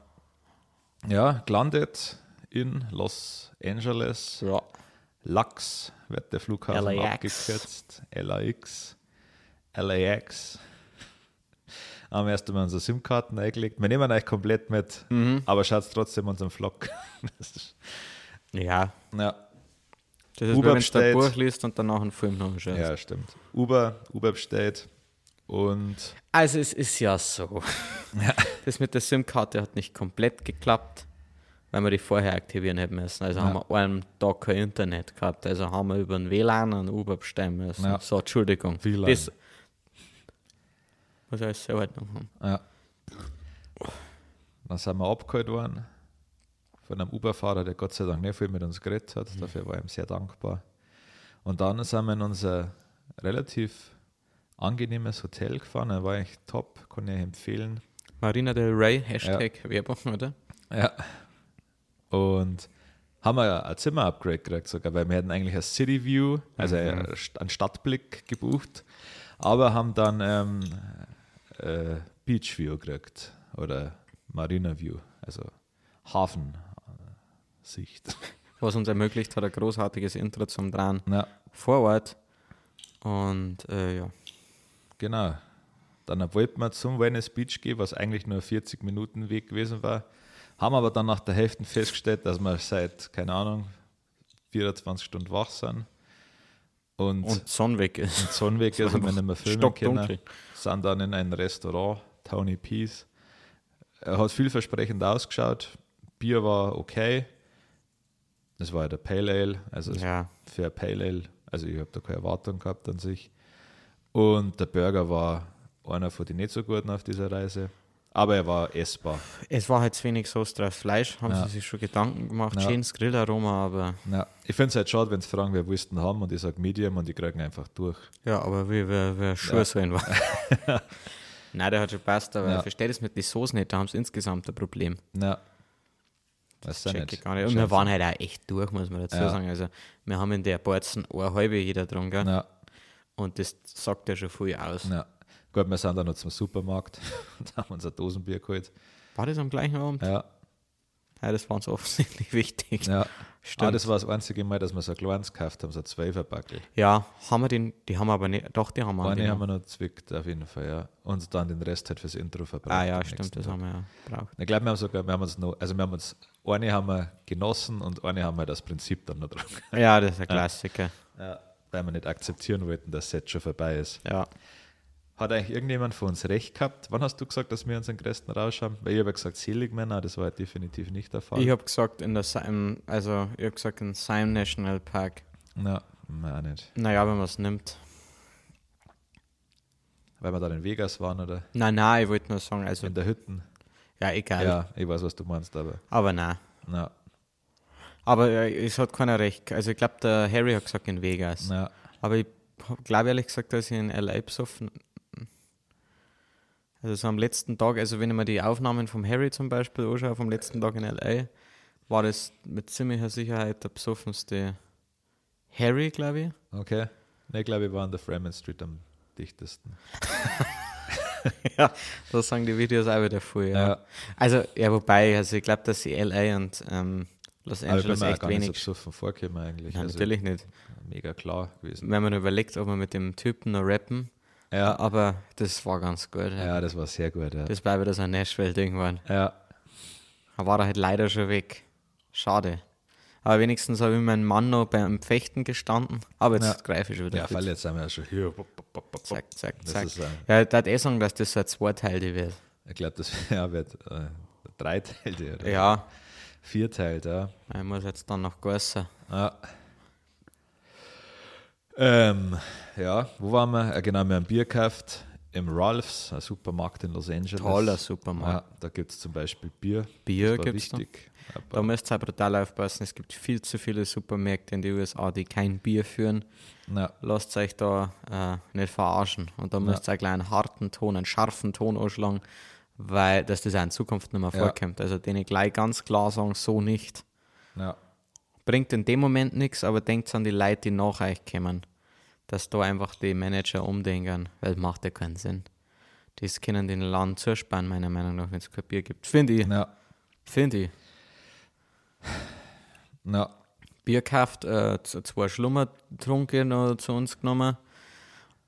Speaker 2: Ja, gelandet in Los Angeles.
Speaker 1: Ja.
Speaker 2: LAX wird der Flughafen
Speaker 1: LAX.
Speaker 2: abgekürzt. LAX. LAX. Haben erst einmal unsere SIM-Karten eingelegt. Wir nehmen euch komplett mit, aber schaut trotzdem unseren Vlog. Das ist,
Speaker 1: Ja,
Speaker 2: ja,
Speaker 1: das ist, wie
Speaker 2: Uber
Speaker 1: wenn du ein
Speaker 2: bestellt.
Speaker 1: Buch liest und danach einen Film noch anschaust.
Speaker 2: ja, stimmt. Uber, Uber bestellt und
Speaker 1: Also es ist ja so. Das mit der SIM-Karte hat nicht komplett geklappt, weil wir die vorher aktivieren hätten müssen. Also haben wir einen Tag kein Internet gehabt. Also haben wir über den WLAN einen Uber bestellen müssen.
Speaker 2: Ja.
Speaker 1: So, Entschuldigung.
Speaker 2: WLAN.
Speaker 1: Das muss alles sehr weit halt noch haben.
Speaker 2: Ja. Dann sind wir abgeholt worden von einem Uber-Fahrer, der Gott sei Dank nicht viel mit uns geredet hat. Dafür war ich ihm sehr dankbar. Und dann sind wir in unser relativ angenehmes Hotel gefahren. Da war ich top, kann ich empfehlen.
Speaker 1: Marina Del Rey, Hashtag Werbung, oder?
Speaker 2: Ja. Und haben wir ein Zimmer-Upgrade gekriegt sogar, weil wir hätten eigentlich ein City View, also ein St- einen Stadtblick gebucht, aber haben dann ähm, äh, Beach View gekriegt oder Marina View, also Hafensicht.
Speaker 1: Was uns ermöglicht hat, ein großartiges Intro zum Dran
Speaker 2: Na,
Speaker 1: vor Ort. Und äh, ja.
Speaker 2: genau. Dann wollten wir zum Venice Beach gehen, was eigentlich nur ein 40 Minuten Weg gewesen war, haben aber dann nach der Hälfte festgestellt, dass wir seit, keine Ahnung, 24 Stunden wach sind.
Speaker 1: Und Sonne weg ist.
Speaker 2: Sonnenweg, also wir nicht mehr filmen
Speaker 1: stockdunkel.
Speaker 2: können, sind dann in ein Restaurant, Tony Peace. Er hat vielversprechend ausgeschaut. Bier war okay. Es war ja der Pale Ale, also es
Speaker 1: Ja.
Speaker 2: für ein Pale Ale. Also ich habe da keine Erwartung gehabt an sich. Und der Burger war einer von den nicht so guten auf dieser Reise. Aber er war essbar.
Speaker 1: Es war halt zu wenig Soße drauf. Fleisch haben
Speaker 2: Ja.
Speaker 1: sie sich schon Gedanken gemacht.
Speaker 2: Ja.
Speaker 1: Schönes Grillaroma, aber
Speaker 2: Ja. Ich finde es halt schade, wenn sie fragen, wer Wursten haben und ich sage Medium und die kriegen einfach durch.
Speaker 1: ja, aber wie wer, wer Schuhe so in war. Nein, der hat schon passt, aber
Speaker 2: Ja.
Speaker 1: ich verstehe das mit den Soßen nicht. Da haben sie insgesamt ein Problem.
Speaker 2: Ja. Das ist
Speaker 1: Check ich gar nicht. Und wir waren halt auch echt durch, muss man dazu
Speaker 2: Ja.
Speaker 1: sagen. Also, wir haben in der Borzen eine halbe jeder dran, gell?
Speaker 2: Ja.
Speaker 1: Und das sagt ja schon viel aus.
Speaker 2: Ja. Gut, wir sind dann noch zum Supermarkt und haben uns ein Dosenbier geholt.
Speaker 1: War das am gleichen Abend? Ja,
Speaker 2: Ja,
Speaker 1: das war uns offensichtlich wichtig. Ja,
Speaker 2: ja.
Speaker 1: Stimmt.
Speaker 2: Ah, das war das einzige Mal, dass wir so ein kleines gekauft haben, so ein Zwölferbackel.
Speaker 1: haben wir den, die haben wir aber nicht. Doch, die haben wir.
Speaker 2: Eine
Speaker 1: angenommen.
Speaker 2: haben wir noch zwickt, auf jeden Fall, ja. Und dann den Rest halt fürs Intro verbraucht.
Speaker 1: ah ja,
Speaker 2: am
Speaker 1: stimmt,
Speaker 2: nächsten
Speaker 1: das
Speaker 2: Tag.
Speaker 1: haben wir ja gebraucht.
Speaker 2: Ich glaube, wir haben sogar, wir haben uns noch, also wir haben uns, eine haben wir genossen und eine haben wir das Prinzip dann noch dran.
Speaker 1: Ja, das ist ein Klassiker.
Speaker 2: Ja. Weil wir nicht akzeptieren wollten, dass das jetzt schon vorbei ist.
Speaker 1: Ja.
Speaker 2: Hat eigentlich irgendjemand von uns recht gehabt? Wann hast du gesagt, dass wir unseren größten Rausch haben? Weil ich habe ja gesagt, Seligmänner, das war definitiv nicht der Fall.
Speaker 1: Ich habe gesagt, in der Sim, also ich habe gesagt, in Sim National Park.
Speaker 2: ja, wir auch nicht.
Speaker 1: Naja, wenn man es nimmt.
Speaker 2: Weil wir da in Vegas waren oder
Speaker 1: Nein, nein, ich wollte nur sagen, also,
Speaker 2: in der Hütten.
Speaker 1: ja, egal.
Speaker 2: Ja, ich weiß, was du meinst, aber
Speaker 1: Aber nein.
Speaker 2: na,
Speaker 1: Aber äh, es hat keiner recht. Also ich glaube, der Harry hat gesagt in Vegas.
Speaker 2: Ja.
Speaker 1: Aber ich glaube ehrlich gesagt, dass ich in L.A. besoffen. Also so am letzten Tag, also wenn ich mir die Aufnahmen vom Harry zum Beispiel anschaue, vom letzten Tag in L.A., war das mit ziemlicher Sicherheit der besoffenste Harry, glaube ich.
Speaker 2: Okay. Ne, ich glaube, wir waren der Fremont Street am dichtesten.
Speaker 1: ja, das sagen die Videos auch wieder voll. Ja. Also, ja, wobei, also ich glaube, dass die LA und ähm, Los
Speaker 2: Aber ich bin
Speaker 1: Angeles
Speaker 2: mir auch
Speaker 1: echt
Speaker 2: gar wenig. nicht
Speaker 1: wenig.
Speaker 2: so besoffen vorgekommen eigentlich.
Speaker 1: Nein,
Speaker 2: also,
Speaker 1: natürlich nicht.
Speaker 2: Mega klar gewesen.
Speaker 1: Wenn man überlegt, ob man mit dem Typen noch rappen,
Speaker 2: Ja,
Speaker 1: aber das war ganz gut. Ja.
Speaker 2: ja das war sehr gut. Ja.
Speaker 1: Das bleibt wieder so ein Nashville-Ding geworden.
Speaker 2: ja.
Speaker 1: Da war er halt leider schon weg. Schade. Aber wenigstens habe ich meinen Mann noch beim Fechten gestanden. Aber jetzt
Speaker 2: Ja.
Speaker 1: greife ich schon wieder.
Speaker 2: ja
Speaker 1: viel
Speaker 2: weil jetzt sind wir ja schon hier. Bop, bop, bop, bop,
Speaker 1: zu. Zack, zack,
Speaker 2: Das
Speaker 1: zack.
Speaker 2: ist, äh,
Speaker 1: Ja, ich würde eh sagen, dass das so ein Zweiteilte wird.
Speaker 2: Ich glaube, das ja, wird äh, dreiteilt oder
Speaker 1: Ja,
Speaker 2: vierteilt, ja.
Speaker 1: ich muss jetzt dann noch größer.
Speaker 2: Ja. Ähm, ja, wo waren wir? Äh, Genau, wir haben Bier gekauft im Ralphs, ein Supermarkt in Los Angeles.
Speaker 1: Toller Supermarkt.
Speaker 2: Ja, da gibt es zum Beispiel Bier.
Speaker 1: Bier
Speaker 2: Das war
Speaker 1: gibt's da.
Speaker 2: wichtig. Aber
Speaker 1: Da müsst ihr brutal aufpassen. Es gibt viel zu viele Supermärkte in den USA, die kein Bier führen.
Speaker 2: na,
Speaker 1: Lasst euch da äh, nicht verarschen. Und da müsst ihr auch gleich einen harten Ton, einen scharfen Ton anschlagen, weil dass das auch in Zukunft nicht mehr
Speaker 2: Ja.
Speaker 1: vorkommt. Also denen gleich ganz klar sagen, so nicht.
Speaker 2: na,
Speaker 1: Bringt in dem Moment nichts, aber denkt an die Leute, die nach euch kommen. Dass da einfach die Manager umdenken, weil macht ja keinen Sinn. Das können den Laden zusperren, meiner Meinung nach, wenn es kein Bier gibt. Finde ich,
Speaker 2: na,
Speaker 1: finde ich.
Speaker 2: na.
Speaker 1: Bier gekauft, äh, z- zwei Schlummer getrunken noch zu uns genommen.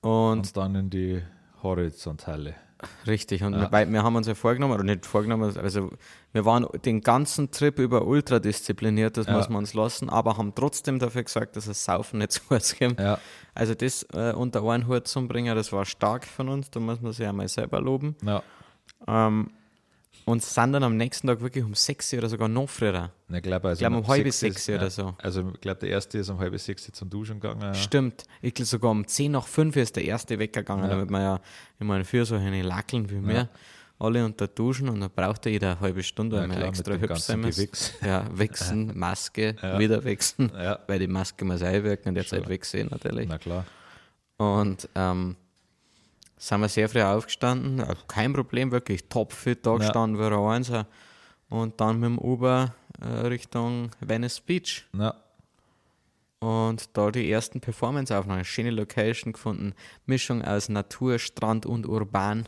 Speaker 1: Und
Speaker 2: Und dann in die Horizontale.
Speaker 1: richtig, und weil wir haben uns ja vorgenommen, oder nicht vorgenommen, also wir waren den ganzen Trip über ultra diszipliniert, das
Speaker 2: Ja.
Speaker 1: muss man uns lassen, aber haben trotzdem dafür gesagt, dass es Saufen nicht zu uns gibt.
Speaker 2: Ja,
Speaker 1: Also das äh, unter einen Hut zum Bringen, das war stark von uns, da muss man sich einmal selber loben.
Speaker 2: na.
Speaker 1: Ähm, und sind dann am nächsten Tag wirklich um 6 oder sogar noch früher.
Speaker 2: Ich glaube, also
Speaker 1: Ich glaube, um halb
Speaker 2: sechs
Speaker 1: sechs
Speaker 2: ist-
Speaker 1: oder
Speaker 2: ja.
Speaker 1: so.
Speaker 2: Also, ich glaube, der erste ist um halb sechs zum Duschen gegangen. ja.
Speaker 1: Stimmt. Ich glaube sogar um 10 nach 5 ist der erste weggegangen, damit man ja immer für so eine Lackeln wie mir alle unter Duschen und dann braucht jeder eine halbe Stunde,
Speaker 2: Ja,
Speaker 1: weil man
Speaker 2: klar,
Speaker 1: extra
Speaker 2: mit dem
Speaker 1: hübsch sein
Speaker 2: ganzen
Speaker 1: muss.
Speaker 2: Gewichs.
Speaker 1: Ja, wechseln, Maske, wieder wechseln,
Speaker 2: Ja.
Speaker 1: weil die Maske muss einwirken und jetzt halt wegsehen natürlich.
Speaker 2: Na klar.
Speaker 1: Und ähm, sind wir sehr früh aufgestanden, äh, kein Problem, wirklich topfit, da gestanden wir auch eins. äh, Und dann mit dem Uber äh, Richtung Venice Beach.
Speaker 2: Na,
Speaker 1: Und da die ersten Performance-Aufnahmen. Schöne Location gefunden. Mischung aus Natur, Strand und Urban.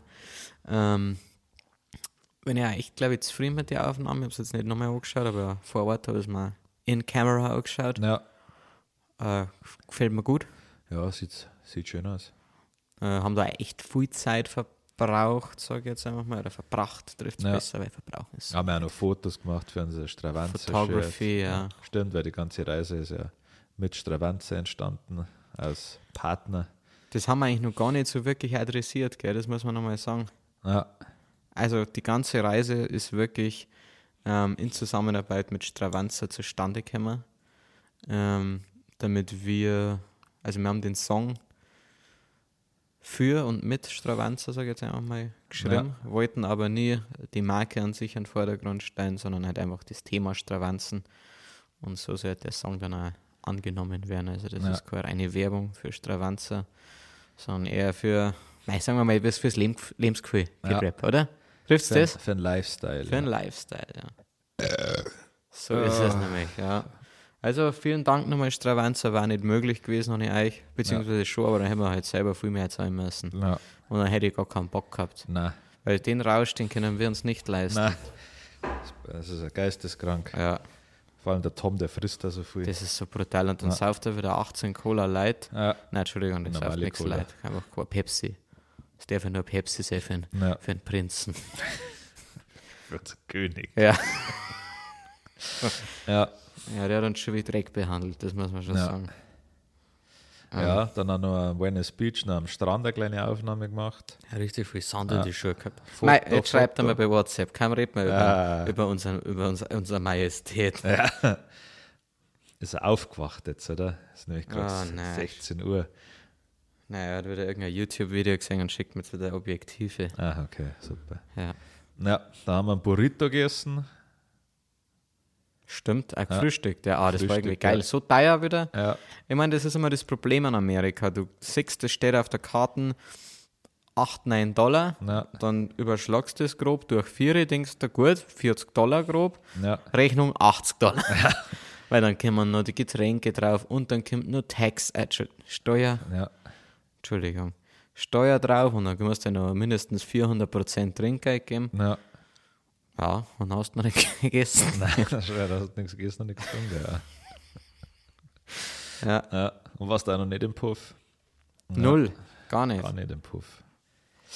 Speaker 1: Ähm, bin ja echt, glaube ich, zufrieden mit der Aufnahme. Ich habe es jetzt nicht nochmal angeschaut, aber vor Ort habe ich es mal in Camera angeschaut.
Speaker 2: na.
Speaker 1: Äh, gefällt mir gut.
Speaker 2: Ja, sieht, sieht schön aus.
Speaker 1: Äh, haben da echt viel Zeit verbraucht, sage ich jetzt einfach mal. Oder verbracht, trifft es
Speaker 2: Ja.
Speaker 1: besser, weil verbraucht ist.
Speaker 2: Haben wir auch noch Fotos gemacht für unser Stravanzer-Shirt.
Speaker 1: Photography, ja.
Speaker 2: Stimmt, weil die ganze Reise ist ja mit Stravanzer entstanden, als Partner.
Speaker 1: Das haben wir eigentlich noch gar nicht so wirklich adressiert, gell? das muss man nochmal sagen.
Speaker 2: Ja,
Speaker 1: Also die ganze Reise ist wirklich ähm, in Zusammenarbeit mit Stravanza zustande gekommen, ähm, damit wir, also wir haben den Song für und mit Stravanza, sage ich jetzt einfach mal, geschrieben, wollten aber nie die Marke an sich in den Vordergrund stellen, sondern halt einfach das Thema Stravanzen und so soll der Song dann auch angenommen werden. Also das
Speaker 2: Ja.
Speaker 1: ist keine reine Werbung für Stravanza, sondern eher für, nein, sagen wir mal, was fürs Leben, Lebensgefühl,
Speaker 2: Ja.
Speaker 1: Rap, oder? Trifft's
Speaker 2: für,
Speaker 1: das?
Speaker 2: für einen Lifestyle. Äh. Ah.
Speaker 1: Für einen Lifestyle, ja. So ist es nämlich, ja. Also vielen Dank nochmal, Stravanza war nicht möglich gewesen ohne euch, beziehungsweise schon, aber dann hätten wir halt selber viel mehr zahlen müssen.
Speaker 2: ja. Na,
Speaker 1: Und dann hätte ich gar keinen Bock gehabt.
Speaker 2: na,
Speaker 1: Weil den Rausch, den können wir uns nicht leisten.
Speaker 2: na. Das ist ja geisteskrank.
Speaker 1: Ja,
Speaker 2: Vor allem der Tom, der frisst da so viel.
Speaker 1: das ist so brutal. Und dann sauft er wieder 18 Cola Light.
Speaker 2: ja,
Speaker 1: Nein, Entschuldigung, das sauft
Speaker 2: Normale
Speaker 1: nichts
Speaker 2: Cola.
Speaker 1: Light. Einfach keine Pepsi. Das darf ja nur Pepsi sein für einen,
Speaker 2: Ja.
Speaker 1: für einen Prinzen.
Speaker 2: wird König.
Speaker 1: Ja.
Speaker 2: Ja,
Speaker 1: ja, der hat uns schon wie Dreck behandelt, das muss man schon
Speaker 2: Ja.
Speaker 1: sagen. Ähm,
Speaker 2: ja, dann auch noch ein Venice Beach noch am Strand eine kleine Aufnahme gemacht.
Speaker 1: Ja, richtig viel Sand in die Schuhe gehabt.
Speaker 2: Foto,
Speaker 1: Mei, jetzt schreibt
Speaker 2: Foto.
Speaker 1: er mal bei WhatsApp. Kein redet mehr über,
Speaker 2: Ja.
Speaker 1: über, unseren, über unser, unsere Majestät.
Speaker 2: Ist er aufgewacht jetzt, oder? Ist nämlich gerade
Speaker 1: Ah, nein.
Speaker 2: 16 Uhr.
Speaker 1: Naja, er hat wieder irgendein YouTube-Video gesehen und schickt mir jetzt wieder Objektive.
Speaker 2: Ah, okay, super.
Speaker 1: Ja.
Speaker 2: Ja, da haben wir einen Burrito gegessen.
Speaker 1: Stimmt, ein Frühstück, der, ah, das war
Speaker 2: Frühstück,
Speaker 1: irgendwie geil.
Speaker 2: ja.
Speaker 1: So teuer wieder.
Speaker 2: Ja.
Speaker 1: Ich meine, das ist immer das Problem an Amerika. Du siehst, das steht auf der Karte 8, 9 Dollar.
Speaker 2: Ja.
Speaker 1: Dann überschlagst du das grob durch 4, denkst du, gut, 40 Dollar grob.
Speaker 2: Ja.
Speaker 1: Rechnung 80 Dollar. Weil dann kommen noch die Getränke drauf und dann kommt nur Tax, äh, Entschu- Steuer,
Speaker 2: Ja.
Speaker 1: Entschuldigung, Steuer drauf und dann musst du noch mindestens 400% Trinkgeld geben.
Speaker 2: Ja.
Speaker 1: Ja, und hast noch nicht gegessen.
Speaker 2: Nein, das hat nichts gegessen und nichts getrunken. Ja.
Speaker 1: Ja,
Speaker 2: Ja. Und warst da noch nicht im Puff?
Speaker 1: null, gar nicht.
Speaker 2: Gar nicht im Puff.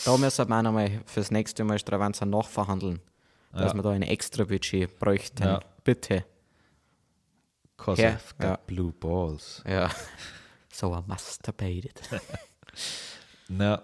Speaker 1: Da müssen wir auch nochmal fürs nächste Mal Stravanzer nachverhandeln, dass wir da ein extra Budget bräuchten.
Speaker 2: Ja.
Speaker 1: Bitte.
Speaker 2: Cause
Speaker 1: Ja,
Speaker 2: I've got
Speaker 1: ja.
Speaker 2: blue balls.
Speaker 1: Ja. So ein Masturbated.
Speaker 2: Na,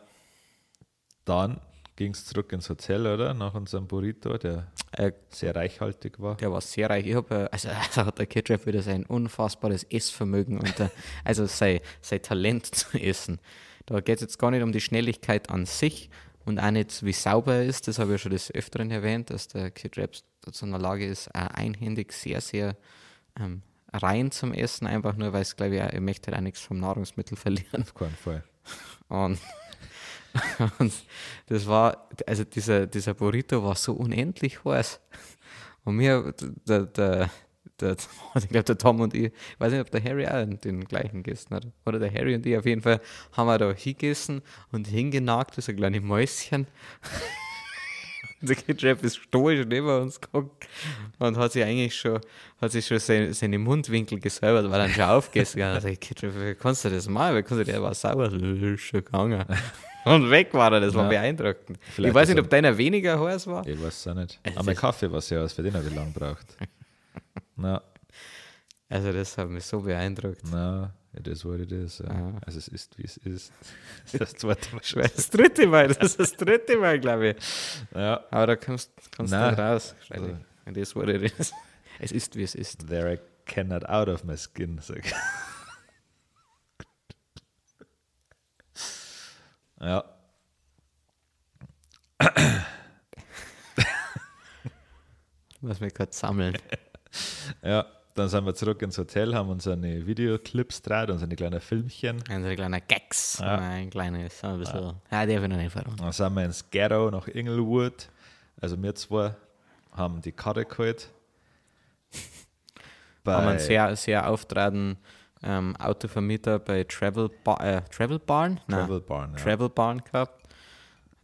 Speaker 2: dann ging es zurück ins Hotel, oder? Nach unserem Burrito, der
Speaker 1: äh,
Speaker 2: sehr reichhaltig war.
Speaker 1: der war sehr reich. Ich habe, äh, also, also hat der Kitchef wieder sein unfassbares Essvermögen und äh, also sein, sein Talent zu essen. Da geht es jetzt gar nicht um die Schnelligkeit an sich und auch nicht, wie sauber er ist. Das habe ich ja schon des Öfteren erwähnt, dass der Kitchef dazu in der Lage ist, auch einhändig sehr, sehr ähm, rein zum Essen, einfach nur, weil es, glaube ich, auch, er möchte halt auch nichts vom Nahrungsmittel verlieren.
Speaker 2: Auf keinen Fall.
Speaker 1: Und, und das war, also dieser, dieser Burrito war so unendlich heiß. Und mir, der, der, der, ich glaube, der Tom und ich, ich weiß nicht, ob der Harry auch den gleichen gegessen hat. Oder der Harry und ich auf jeden Fall haben wir da hingegessen und hingenagt, wie so kleine Mäuschen. Und Der Kid Rap ist stoisch neben uns geguckt und hat sich eigentlich schon, hat sich schon seine, seine Mundwinkel gesäubert, weil er ihn schon aufgegessen hat. Also, Kid Rap, wie kannst du das machen? Wie kannst du, der war sauer, das ist schon gegangen. Und weg war er, das war
Speaker 2: Ja.
Speaker 1: beeindruckend.
Speaker 2: Vielleicht
Speaker 1: ich weiß
Speaker 2: ist
Speaker 1: nicht,
Speaker 2: er-
Speaker 1: ob deiner weniger heiß war.
Speaker 2: Ich weiß es auch nicht. Aber mein Kaffee war sehr aus, für den habe ich lang gebraucht. Na,
Speaker 1: Also, das hat mich so beeindruckt.
Speaker 2: na, it is what it is. Ja. Also es ist, wie es ist. Das ist das zweite Mal.
Speaker 1: Weil Das dritte Mal, das ist das dritte Mal, glaube ich.
Speaker 2: Ja.
Speaker 1: Aber da kommst du nicht
Speaker 2: Nein.
Speaker 1: raus. Scheiße. Und das wurde es. Es ist, wie es ist.
Speaker 2: There I cannot out of my skin. Sag. ich. ja.
Speaker 1: Muss mich kurz sammeln.
Speaker 2: Ja, dann sind wir zurück ins Hotel, haben uns eine Videoclips draht und so eine kleine Filmchen.
Speaker 1: Ein kleiner Gags. Ein kleines, so ein bisschen. Ja, der darf ich noch nicht verraten.
Speaker 2: Dann sind wir ins Ghetto nach Inglewood. Also wir zwei haben die Karre geholt. Bei,
Speaker 1: Haben einen sehr, sehr auftreten ähm, Autovermieter bei Travel, Bar, äh, Travel Barn? Nein,
Speaker 2: Travel Barn. Ja.
Speaker 1: Travel Barn gehabt.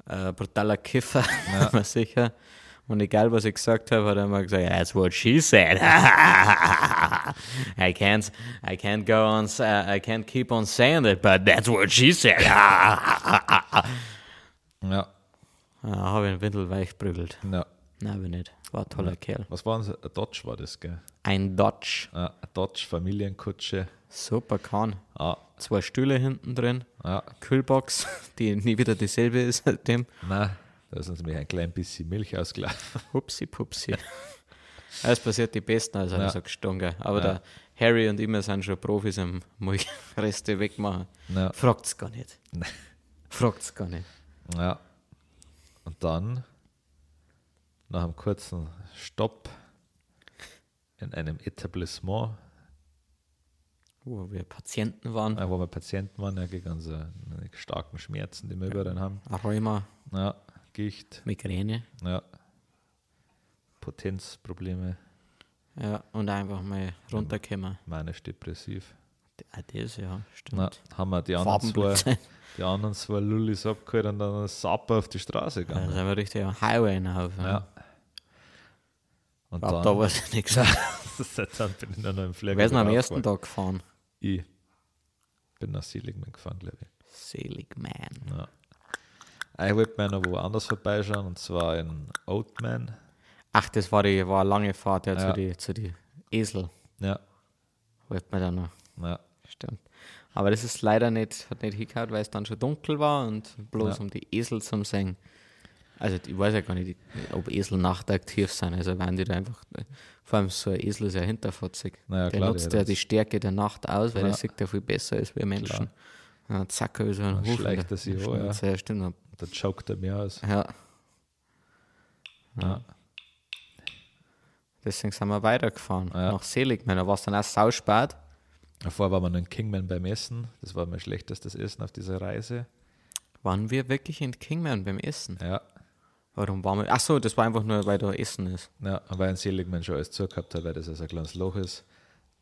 Speaker 1: Äh, brutaler Kiffer, war sicher. Und egal, was ich gesagt habe, hat er immer gesagt, that's what she said. I can't, I can't go on, s- uh, I can't keep on saying it, but that's what she said. ja,
Speaker 2: ja,
Speaker 1: habe ich einen Windel weichprügelt.
Speaker 2: ja.
Speaker 1: Nein, bin nicht. War ein toller Kerl.
Speaker 2: Was war unser? Ein Dodge war das, gell?
Speaker 1: Ein Dodge.
Speaker 2: Ja, ein Dodge, Familienkutsche.
Speaker 1: Super Kahn.
Speaker 2: Ah,
Speaker 1: Zwei Stühle hinten drin.
Speaker 2: ja.
Speaker 1: Kühlbox, die nie wieder dieselbe ist seitdem.
Speaker 2: Nein, da ist uns nämlich ein klein bisschen Milch ausgelaufen.
Speaker 1: Hupsi pupsi. Es passiert die Besten, also habe
Speaker 2: Ja.
Speaker 1: ich so gestunken. Aber der Harry und ich, wir sind schon Profis im Milch- Reste halt wegmachen.
Speaker 2: Ja.
Speaker 1: Fragt's gar nicht. Fragt's gar nicht.
Speaker 2: Ja. Und dann, nach einem kurzen Stopp in einem Etablissement,
Speaker 1: Wo wir Oh, Patienten waren,
Speaker 2: äh, wo wir Patienten waren, ja, gegen unsere starken Schmerzen, die wir überall haben.
Speaker 1: Rheuma,
Speaker 2: Ja, Gicht,
Speaker 1: Migräne.
Speaker 2: ja. Potenzprobleme,
Speaker 1: Ja, und einfach mal runterkommen.
Speaker 2: manisch-depressiv.
Speaker 1: Ah, das, ja, stimmt.
Speaker 2: Na, haben wir die anderen zwei,
Speaker 1: Farbenblindheit.
Speaker 2: die anderen zwei Lullis abgeholt und dann Sapp auf die Straße
Speaker 1: Da
Speaker 2: gegangen.
Speaker 1: sind wir richtig am Highway hinauf.
Speaker 2: Ja. Und
Speaker 1: Ab
Speaker 2: dann,
Speaker 1: da war es nichts. Wir
Speaker 2: dann bin ich dann noch im Fleck.
Speaker 1: sind am ersten Tag gefahren.
Speaker 2: Ich bin nach Seligman gefahren, glaube ich.
Speaker 1: Selig Man.
Speaker 2: Ja. Ich wollte mir noch woanders vorbeischauen, und zwar in Oatman.
Speaker 1: Ach, das war die war eine lange Fahrt ja,
Speaker 2: Ja.
Speaker 1: zu die zu die Esel.
Speaker 2: Ja,
Speaker 1: Wollte man da noch.
Speaker 2: ja,
Speaker 1: Stimmt. Aber das ist leider nicht, hat nicht hingehauen, weil es dann schon dunkel war und bloß um die Esel zum Singen. Also ich weiß ja gar nicht, ob Esel nachtaktiv sind. Also wenn die da einfach, vor allem so ein Esel ist ja hinterfotzig.
Speaker 2: Na ja,
Speaker 1: der
Speaker 2: klar,
Speaker 1: nutzt ja
Speaker 2: der hat
Speaker 1: die Stärke der Nacht aus, weil
Speaker 2: Ja.
Speaker 1: der sieht ja viel besser ist wie Menschen. Ja, zack, so ein Huf.
Speaker 2: schleicht er sich an, ja.
Speaker 1: Ja, stimmt.
Speaker 2: da
Speaker 1: Mhm.
Speaker 2: choked er mir aus.
Speaker 1: Ja.
Speaker 2: Ja.
Speaker 1: Deswegen sind wir weitergefahren
Speaker 2: Ja.
Speaker 1: nach Seligman. Da war es dann auch sauspät.
Speaker 2: Davor waren wir noch in Kingman beim Essen. Das war mein schlechtestes Essen auf dieser Reise.
Speaker 1: Waren wir wirklich in Kingman beim Essen?
Speaker 2: Ja,
Speaker 1: Warum waren wir? Ach so, das war einfach nur, weil da Essen ist.
Speaker 2: ja weil ein Seligman schon alles zugehabt hat, weil das also ein kleines Loch ist.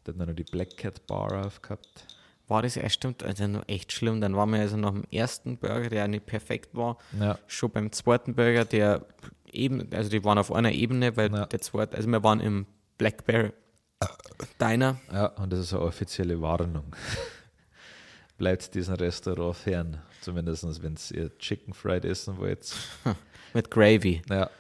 Speaker 2: Da hat man noch die Black Cat Bar aufgehabt.
Speaker 1: War das erst stimmt, also noch echt schlimm. Dann waren wir also nach dem ersten Burger, der auch nicht perfekt war,
Speaker 2: Ja.
Speaker 1: schon beim zweiten Burger, der eben, also die waren auf einer Ebene, weil
Speaker 2: Ja.
Speaker 1: der zweite, also wir waren im Blackberry Diner.
Speaker 2: Ja, und das ist eine offizielle Warnung. Bleibt diesem Restaurant fern. Zumindest, wenn ihr Chicken Fried essen wollt.
Speaker 1: Mit Gravy.
Speaker 2: Ja,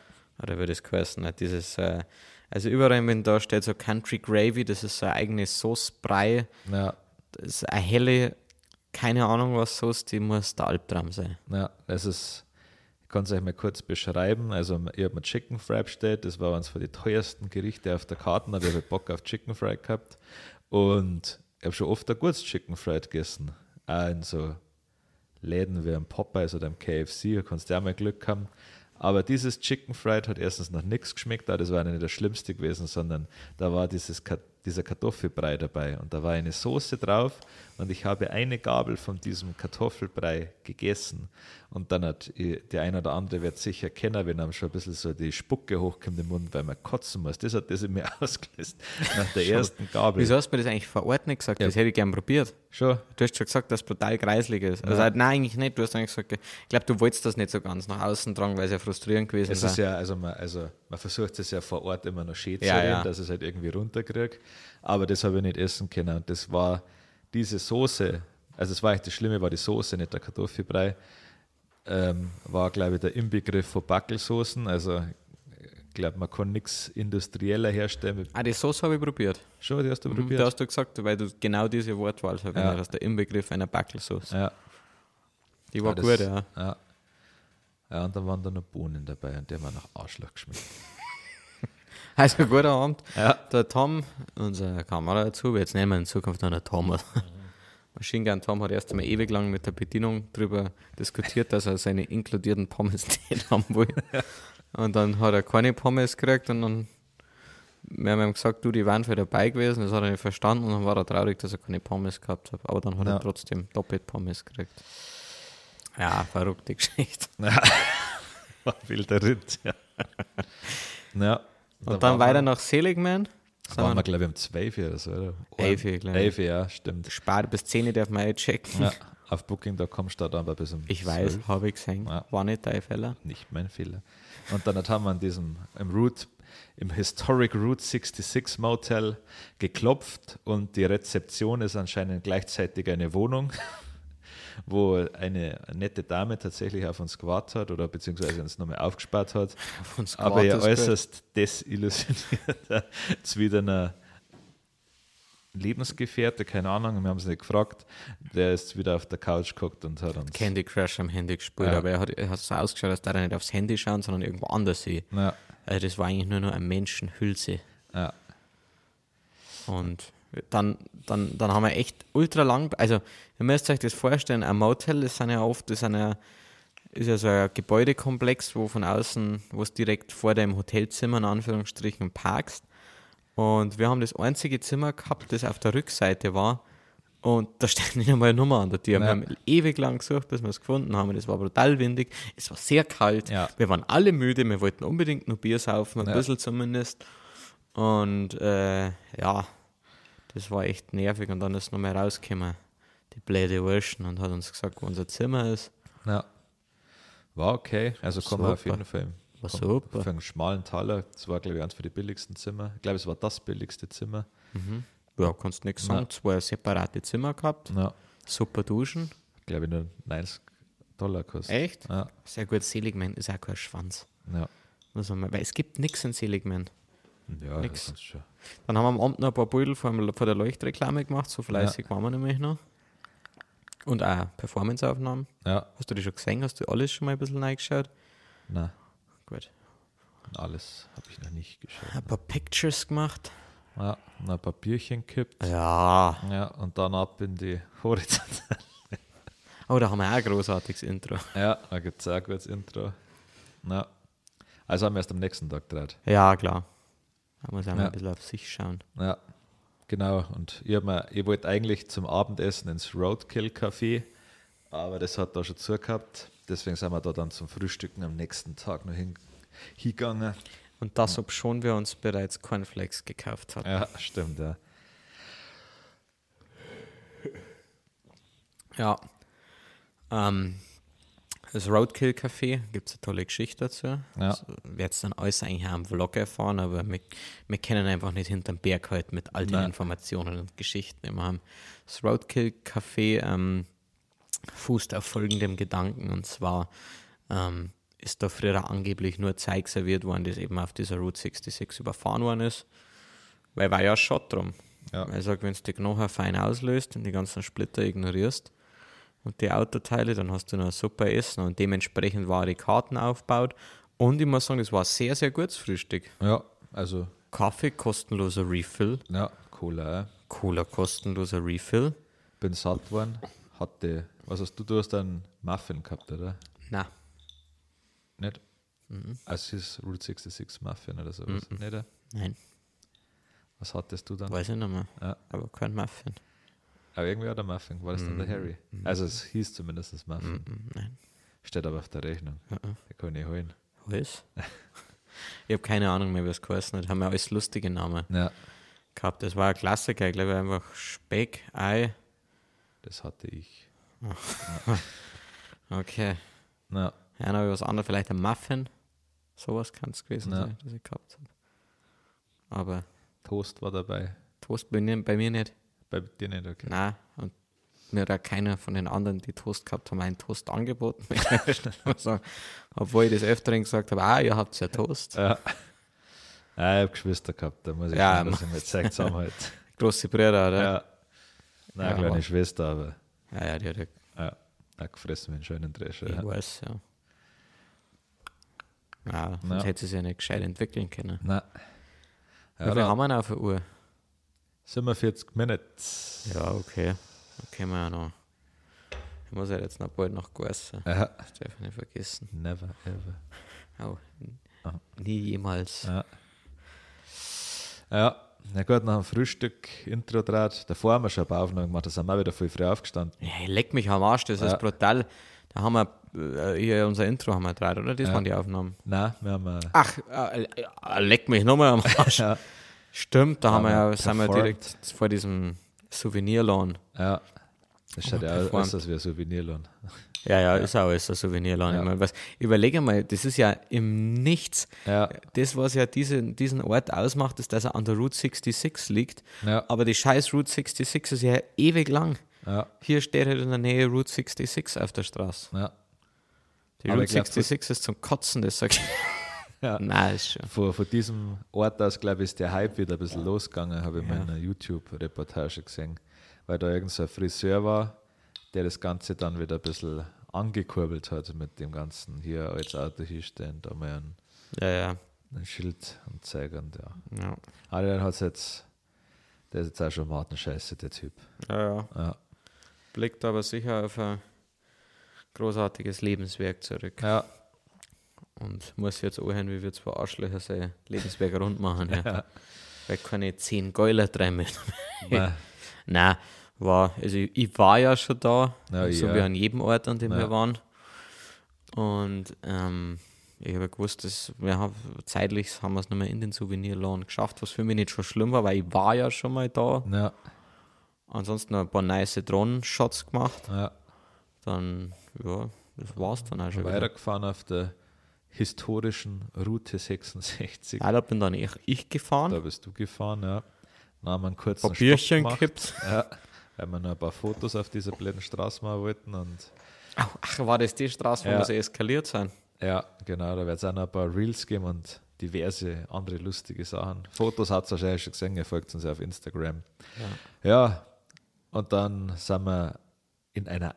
Speaker 1: Oder würde es geheißen. ne? Dieses, äh, also überall im Inventar steht so Country Gravy, das ist so eine eigene Saucebrei.
Speaker 2: ja,
Speaker 1: Das ist eine helle, keine Ahnung was Sauce, die muss der Albtraum sein.
Speaker 2: ja. Es ist, ich kann es euch mal kurz beschreiben. Also, ich habe mir Chicken Fry bestellt. Das war eines von den teuersten Gerichte auf der Karte. Aber ich habe Bock auf Chicken Fry gehabt. Und ich habe schon oft ein gutes Chicken Fried gegessen. Also, Auch in so Läden wie am Popeyes oder am KFC, da kannst du auch mal Glück haben. Aber dieses Chicken Fried hat erstens noch nichts geschmeckt, aber das war nicht das Schlimmste gewesen, sondern da war dieses, Ka- dieser Kartoffelbrei dabei und da war eine Soße drauf und ich habe eine Gabel von diesem Kartoffelbrei gegessen. Und dann hat äh, der ein oder andere wird sicher kennen, wenn einem schon ein bisschen so die Spucke hochkommt im Mund, weil man kotzen muss. Das hat das in mir ausgelöst nach der ersten Gabel.
Speaker 1: Wieso hast du mir das eigentlich vor Ort nicht gesagt? Das hätte ich gern probiert.
Speaker 2: Schon?
Speaker 1: Du hast schon gesagt, dass es brutal kreislig ist. Also, nein, eigentlich nicht. Du hast eigentlich gesagt, ich glaube, du wolltest das nicht so ganz nach außen tragen, weil es ja frustrierend gewesen
Speaker 2: Es ist
Speaker 1: ist.
Speaker 2: ja, also man, also man versucht es ja vor Ort immer noch schön zu
Speaker 1: Ja,
Speaker 2: reden,
Speaker 1: ja.
Speaker 2: dass ich es halt irgendwie runterkriege. Aber das habe ich nicht essen können. Und das war diese Soße, also das war echt das Schlimme, war die Soße, nicht der Kartoffelbrei. Ähm, war, glaube ich, der Inbegriff von Backelsoßen. Also ich glaube, man kann nichts industrieller herstellen. mit-
Speaker 1: Ah, die Sauce habe ich probiert.
Speaker 2: Schon, die hast du probiert.
Speaker 1: Da hast du gesagt, weil du genau diese Wortwahl verwendet hast, der Inbegriff einer Backelsauce.
Speaker 2: ja,
Speaker 1: Die war
Speaker 2: das-
Speaker 1: gut, ja.
Speaker 2: ja. Ja, und dann waren da noch Bohnen dabei und die haben auch nach Arschloch geschmeckt.
Speaker 1: Also, guter Abend.
Speaker 2: Ja.
Speaker 1: Der Tom, unser Kamera zu, jetzt nennen wir in Zukunft noch den Thomas. Machine Gun Tom hat erst einmal ewig lang mit der Bedienung darüber diskutiert, dass er seine inkludierten Pommes nicht haben will. Und dann hat er keine Pommes gekriegt und dann wir haben ihm gesagt, du, die waren für dabei gewesen, das hat er nicht verstanden und dann war er traurig, dass er keine Pommes gehabt hat. Aber dann hat
Speaker 2: Ja.
Speaker 1: er trotzdem doppelt Pommes gekriegt. Ja, verrückte Geschichte.
Speaker 2: War wilder Ritt, ja. ja
Speaker 1: Und
Speaker 2: da
Speaker 1: dann
Speaker 2: waren wir-
Speaker 1: weiter nach Seligman.
Speaker 2: Da
Speaker 1: Sind wir
Speaker 2: waren wir, glaube ich, um 12 Uhr oder so, oder?
Speaker 1: Elf Uhr, glaub ich.
Speaker 2: 11 Uhr, ja, stimmt.
Speaker 1: Spart bis 10 Uhr darf man ja checken.
Speaker 2: Ja, auf Booking.com steht aber bis um
Speaker 1: Ich weiß,
Speaker 2: 12.
Speaker 1: habe ich gesehen.
Speaker 2: Ja.
Speaker 1: War nicht dein Fehler.
Speaker 2: Nicht mein Fehler. Und dann haben wir an diesem, im Route, im Historic Route 66 Motel geklopft und die Rezeption ist anscheinend gleichzeitig eine Wohnung, wo eine nette Dame tatsächlich auf uns gewartet hat oder beziehungsweise uns nochmal aufgespart hat.
Speaker 1: Auf uns
Speaker 2: aber ja
Speaker 1: gewartet, gell?
Speaker 2: äußerst desillusionierter Zwiderner Lebensgefährte, keine Ahnung, wir haben es nicht gefragt. Der ist wieder auf der Couch geguckt und hat uns.
Speaker 1: Candy Crush am Handy gespielt,
Speaker 2: Ja.
Speaker 1: aber er hat, er hat so ausgeschaut, als darf er nicht aufs Handy schauen, sondern irgendwo anders sehen.
Speaker 2: Ja,
Speaker 1: Also das war eigentlich nur noch eine Menschenhülse.
Speaker 2: ja,
Speaker 1: Und dann, dann, dann haben wir echt ultra lang, also ihr müsst euch das vorstellen, ein Motel, das sind ja oft, das sind ja, ist ja so ein Gebäudekomplex, wo von außen, wo es direkt vor deinem Hotelzimmer in Anführungsstrichen parkst. Und wir haben das einzige Zimmer gehabt, das auf der Rückseite war. Und da steht nicht einmal eine Nummer an der Tür. Wir
Speaker 2: Ja.
Speaker 1: haben ewig lang gesucht, bis wir es gefunden haben. Und es war brutal windig. Es war sehr kalt.
Speaker 2: Ja.
Speaker 1: Wir waren alle müde. Wir wollten unbedingt noch Bier saufen, ein
Speaker 2: Ja.
Speaker 1: bisschen zumindest. Und äh, ja, das war echt nervig. Und dann ist noch mal rausgekommen, die blöde Wurschen, und hat uns gesagt, wo unser Zimmer ist.
Speaker 2: ja. War okay, also kommen wir auf
Speaker 1: Super.
Speaker 2: jeden Fall.
Speaker 1: War
Speaker 2: komm,
Speaker 1: super.
Speaker 2: Für einen schmalen Taler, das war, glaube ich, eins für die billigsten Zimmer. Ich glaube, es war das billigste Zimmer.
Speaker 1: Ja, kannst nichts sagen. Zwei separate Zimmer gehabt.
Speaker 2: Ja,
Speaker 1: Super duschen.
Speaker 2: glaube ich, nur 90 Dollar kostet.
Speaker 1: Echt?
Speaker 2: Ja,
Speaker 1: Sehr gut. Seligman ist auch kein Schwanz.
Speaker 2: ja.
Speaker 1: Muss man mal, weil es gibt nichts in Seligman.
Speaker 2: Ja,
Speaker 1: Nix.
Speaker 2: das ist schon.
Speaker 1: Dann haben wir am Abend noch ein paar Bilder von, von der Leuchtreklame gemacht. So fleißig waren wir nämlich noch. Und auch Performanceaufnahmen.
Speaker 2: Ja,
Speaker 1: Hast du die schon gesehen? Hast du alles schon mal ein bisschen reingeschaut?
Speaker 2: nein,
Speaker 1: Gut.
Speaker 2: alles habe ich noch nicht geschaut.
Speaker 1: Ein paar Pictures gemacht.
Speaker 2: Ja, und ein paar Bierchen kippt.
Speaker 1: Ja.
Speaker 2: Ja, und dann ab in die Horizont.
Speaker 1: Oh, da haben wir auch ein großartiges Intro.
Speaker 2: ja, da gibt es auch ein gutes Intro. Ja. Also haben wir erst am nächsten Tag gedreht.
Speaker 1: Ja, klar. Man muss auch mal
Speaker 2: Ja.
Speaker 1: ein bisschen auf sich schauen.
Speaker 2: Ja, genau. Und ich, hab mir, ich wollte eigentlich zum Abendessen ins Roadkill Café, aber das hat da schon zugehabt. Deswegen sind wir da dann zum Frühstücken am nächsten Tag noch hin, hingegangen.
Speaker 1: Und das, ob schon wir uns bereits Cornflakes gekauft hatten.
Speaker 2: Ja, stimmt, ja.
Speaker 1: Ja. Ähm, das Roadkill Café, gibt es eine tolle Geschichte dazu.
Speaker 2: Ja.
Speaker 1: Das werd's dann alles eigentlich auch am Vlog erfahren, aber wir, wir können einfach nicht hinterm Berg halt mit all den
Speaker 2: Nein.
Speaker 1: Informationen und Geschichten immer haben. Das Roadkill Café ähm, fußt auf folgendem Gedanken und zwar ähm, ist da früher angeblich nur Zeug serviert worden, das eben auf dieser Route 66 überfahren worden ist, weil war ja Schott drum.
Speaker 2: Ja.
Speaker 1: Weil ich sage, wenn du die Knochen fein auslöst und die ganzen Splitter ignorierst und die Autoteile, dann hast du noch ein super Essen und dementsprechend war die Karten aufgebaut. Und ich muss sagen, das war ein sehr, sehr gutes Frühstück.
Speaker 2: Ja, also,
Speaker 1: Kaffee kostenloser Refill,
Speaker 2: ja, Cola. Auch.
Speaker 1: Cola kostenloser Refill.
Speaker 2: Bin satt geworden. Hatte, was hast du, du hast einen Muffin gehabt, oder?
Speaker 1: Na,
Speaker 2: Nicht?
Speaker 1: Mhm.
Speaker 2: Also, es ist Route 66 Muffin oder sowas. Nicht? äh?
Speaker 1: nein,
Speaker 2: Was hattest du dann?
Speaker 1: weiß ich nicht mehr.
Speaker 2: Ja.
Speaker 1: Aber kein Muffin.
Speaker 2: Aber irgendwie hat er Muffin. War das
Speaker 1: Mhm.
Speaker 2: dann der Harry? Also, es hieß zumindest Muffin.
Speaker 1: Mm, Nein.
Speaker 2: Steht aber auf der Rechnung. Der kann ich holen.
Speaker 1: Was? ich habe keine Ahnung mehr, wie es geheißen hat. Haben wir alles lustige Namen
Speaker 2: Ja,
Speaker 1: gehabt. Das war ein Klassiker, ich glaube einfach Speck, Ei.
Speaker 2: das hatte ich.
Speaker 1: Okay.
Speaker 2: Na,
Speaker 1: Ja, dann habe ich was anderes, vielleicht ein Muffin. Sowas kann es gewesen
Speaker 2: Ja.
Speaker 1: sein, das ich gehabt habe. Aber
Speaker 2: Toast war dabei.
Speaker 1: Toast bei mir, bei mir nicht.
Speaker 2: Bei dir nicht, okay.
Speaker 1: Nein. Und mir hat auch keiner von den anderen, die Toast gehabt haben, einen Toast angeboten. Ich kann schon mal sagen. Also, Obwohl ich das öfteren gesagt habe, ah, ihr habt ja Toast.
Speaker 2: Ja. Ah, ich habe Geschwister gehabt, da muss ich
Speaker 1: Ja,
Speaker 2: sagen, dass
Speaker 1: Mann.
Speaker 2: ich mir gezeigt haben halt.
Speaker 1: Große Brüder, oder?
Speaker 2: Ja. Nein,
Speaker 1: Ja,
Speaker 2: kleine
Speaker 1: Mann.
Speaker 2: Schwester, aber
Speaker 1: ja, ja die hat ja,
Speaker 2: ja. Auch gefressen mit einem schönen Drescher.
Speaker 1: ich
Speaker 2: Ja.
Speaker 1: weiß, ja. Ja, sonst
Speaker 2: Ja.
Speaker 1: hätte sie sich ja nicht gescheit entwickeln können.
Speaker 2: Nein. Ja,
Speaker 1: Wie viel
Speaker 2: da
Speaker 1: haben wir denn auf der Uhr?
Speaker 2: 47 Minutes.
Speaker 1: Ja, okay. Dann können wir ja noch. Ich muss halt jetzt noch bald noch gegessen.
Speaker 2: Ja.
Speaker 1: Das darf ich nicht vergessen. Oh,
Speaker 2: Never ever.
Speaker 1: Au.
Speaker 2: Ah.
Speaker 1: Nie jemals.
Speaker 2: Ja. Ja, na gut, nach dem Frühstück, Intro draht. Davor haben wir schon ein paar Aufnahmen gemacht, da sind wir auch wieder voll früh aufgestanden.
Speaker 1: Ja, ich leck mich am Arsch, das
Speaker 2: Ja.
Speaker 1: ist brutal. Da haben wir äh, hier unser Intro haben wir drauf, oder? Das waren die Aufnahmen.
Speaker 2: Nein, wir haben äh,
Speaker 1: Ach, äh, äh, leck mich nochmal am Arsch.
Speaker 2: Ja.
Speaker 1: Stimmt, da haben wir, ja,
Speaker 2: wir
Speaker 1: sind wir
Speaker 2: performt.
Speaker 1: direkt vor diesem Souvenirladen.
Speaker 2: Ja. Das halt schaut ja aus,
Speaker 1: performt.
Speaker 2: als wäre ein Souvenirlohn.
Speaker 1: Ja, ja, ist auch alles ein Souvenirladen. Ich mein, was, überlege mal, das ist ja im Nichts.
Speaker 2: Ja.
Speaker 1: Das, was ja diese, diesen Ort ausmacht, ist, dass er an der Route 66 liegt.
Speaker 2: Ja.
Speaker 1: Aber die scheiß Route 66 ist ja ewig lang.
Speaker 2: Ja.
Speaker 1: Hier steht halt in der Nähe Route 66 auf der Straße.
Speaker 2: ja.
Speaker 1: Die
Speaker 2: Aber
Speaker 1: Route
Speaker 2: ich glaub,
Speaker 1: 66 ist zum Kotzen, das sag ich.
Speaker 2: Ja.
Speaker 1: Ah, Nein, ist schon.
Speaker 2: Von, von diesem Ort aus, glaube ich, ist der Hype wieder ein bisschen losgegangen, habe ich mal in einer YouTube-Reportage gesehen, weil da irgendein so ein Friseur war, der das Ganze dann wieder ein bisschen angekurbelt hat mit dem Ganzen hier als Auto hier stehen, da mal ein,
Speaker 1: Ja, ja.
Speaker 2: ein Schild und zeigen. Ja.
Speaker 1: Ja,
Speaker 2: Aber dann hat jetzt, der ist jetzt auch schon Martenscheiße, der Typ.
Speaker 1: ja. ja.
Speaker 2: Ja.
Speaker 1: Blickt aber sicher auf ein großartiges Lebenswerk zurück.
Speaker 2: ja.
Speaker 1: Und muss jetzt anhören, wie wir zwei Arschlöcher sein Lebenswerk rund machen. Ja. Weil keine 10 Geuler drei mit.
Speaker 2: Nein.
Speaker 1: Nein, war, also ich, ich war ja schon da,
Speaker 2: Ja,
Speaker 1: so
Speaker 2: ja.
Speaker 1: wie an jedem Ort, an dem
Speaker 2: Ja.
Speaker 1: wir waren. Und ähm, ich habe gewusst, dass wir haben, zeitlich haben wir es nicht mehr in den Souvenirladen geschafft, was für mich nicht schon schlimm war, weil ich war ja schon mal da.
Speaker 2: Ja.
Speaker 1: Ansonsten noch ein paar nice Drohnenshots gemacht.
Speaker 2: Ja.
Speaker 1: Dann, ja, das war's dann auch schon wieder.
Speaker 2: Weitergefahren auf der historischen Route 66.
Speaker 1: Ja, da bin dann ich, ich
Speaker 2: Da
Speaker 1: gefahren,
Speaker 2: bist du gefahren, ja. Dann haben wir einen kurzen
Speaker 1: ein paar Bierchen
Speaker 2: Stopp gemacht,
Speaker 1: gekippt.
Speaker 2: ja, weil wir noch ein paar Fotos auf dieser blöden Straße machen wollten. Und
Speaker 1: Ach, ach, war das die Straße, wo
Speaker 2: Ja.
Speaker 1: wir so eskaliert sind?
Speaker 2: ja, genau, da wird es auch noch ein paar Reels geben und diverse andere lustige Sachen. Fotos hat es wahrscheinlich schon gesehen, ihr folgt uns ja auf Instagram. Ja. und dann sind wir in einer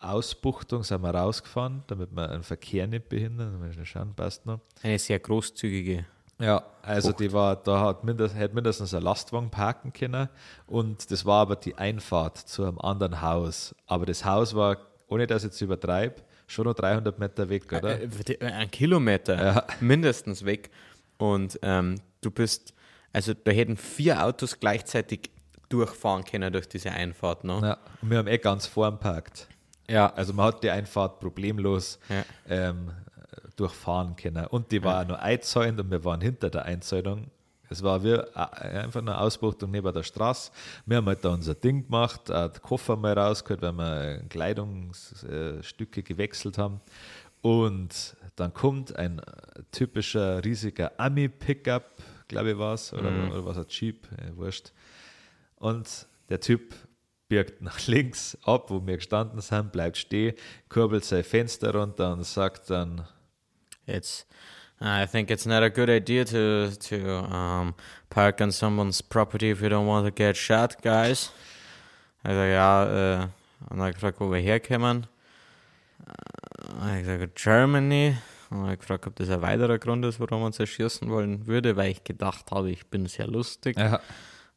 Speaker 2: Ausbuchtung sind wir rausgefahren, damit wir den Verkehr nicht behindern. Da müssen wir schauen, passt noch.
Speaker 1: Eine sehr großzügige.
Speaker 2: Ja, also die war, da hat mindest, hätte mindestens ein Lastwagen parken können und das war aber die Einfahrt zu einem anderen Haus. Aber das Haus war, ohne dass ich jetzt übertreibe, schon noch 300 Meter weg, oder?
Speaker 1: Äh, Ein Kilometer mindestens weg. Und ähm, du bist Also da hätten vier Autos gleichzeitig durchfahren können durch diese Einfahrt. Ne?
Speaker 2: Ja, und wir haben eh ganz vorn parkt.
Speaker 1: Ja.
Speaker 2: Also man hat die Einfahrt problemlos
Speaker 1: Ja.
Speaker 2: ähm, durchfahren können. Und die war nur einzäunt und wir waren hinter der Einzäunung. Es war wie äh, einfach eine Ausbuchtung neben der Straße. Wir haben halt da unser Ding gemacht, auch den Koffer mal rausgeholt, weil wir äh, Kleidungsstücke gewechselt haben. Und dann kommt ein äh, typischer riesiger Ami-Pickup, glaube ich war es, oder,
Speaker 1: Mhm.
Speaker 2: oder was ein Jeep, äh, wurscht. Und der Typ birgt nach links ab, wo wir gestanden sind, bleibt stehen, kurbelt sein Fenster runter und sagt dann,
Speaker 1: It's. I think it's not a good idea to to um, park on someone's property if you don't want to get shot, guys. Also ja, äh, und dann gefragt, wo wir herkommen. Äh, Ich sage Germany. Und dann gefragt, ob das ein weiterer Grund ist, warum man uns erschießen wollen würde, weil ich gedacht habe, ich bin sehr lustig.
Speaker 2: ja,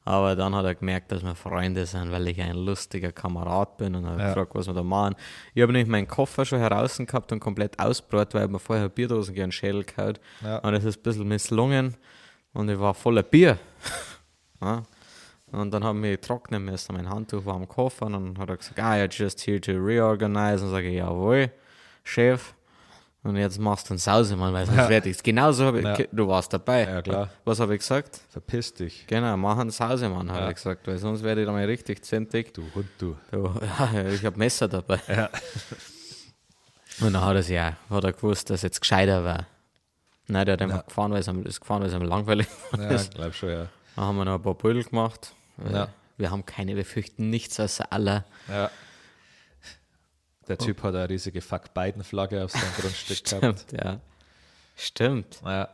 Speaker 1: Aber dann hat er gemerkt, dass wir Freunde sind, weil ich ein lustiger Kamerad bin und hat
Speaker 2: Ja.
Speaker 1: gefragt, was wir da machen. Ich habe nämlich meinen Koffer schon heraus gehabt und komplett ausbrot, weil ich mir vorher Bierdosen gegen den Schädel gehauen.
Speaker 2: Ja.
Speaker 1: Und es ist ein bisschen misslungen und ich war voller Bier. ja. Und dann haben wir trocknen müssen, mein Handtuch war am Koffer und dann hat er gesagt, ah, you're just here to reorganize. Und sage ich, jawohl, Chef. Und jetzt machst du einen Sausemann, weil sonst
Speaker 2: Ja.
Speaker 1: fertig ist. Genauso habe ich,
Speaker 2: Ja.
Speaker 1: du warst dabei.
Speaker 2: Ja, klar.
Speaker 1: Was habe ich gesagt?
Speaker 2: verpiss dich,
Speaker 1: Genau, machen ins Hausemann, habe
Speaker 2: Ja.
Speaker 1: ich gesagt, weil sonst werde ich da mal richtig zündig.
Speaker 2: du Hund, du.
Speaker 1: Du, ja, ich habe Messer dabei.
Speaker 2: Ja.
Speaker 1: Und dann hat er sich auch, hat er gewusst, dass jetzt gescheiter war. Nein, der hat einfach gefahren, weil es ihm, ist gefahren, weil es ihm langweilig war.
Speaker 2: Ja, glaub schon, ja.
Speaker 1: Dann haben wir noch ein paar Pödel gemacht. Äh,
Speaker 2: Ja.
Speaker 1: Wir haben keine, wir fürchten nichts außer aller.
Speaker 2: ja. Der Typ hat eine riesige Fuck-Biden-Flagge auf seinem Grundstück gehabt.
Speaker 1: ja. Stimmt.
Speaker 2: Ja,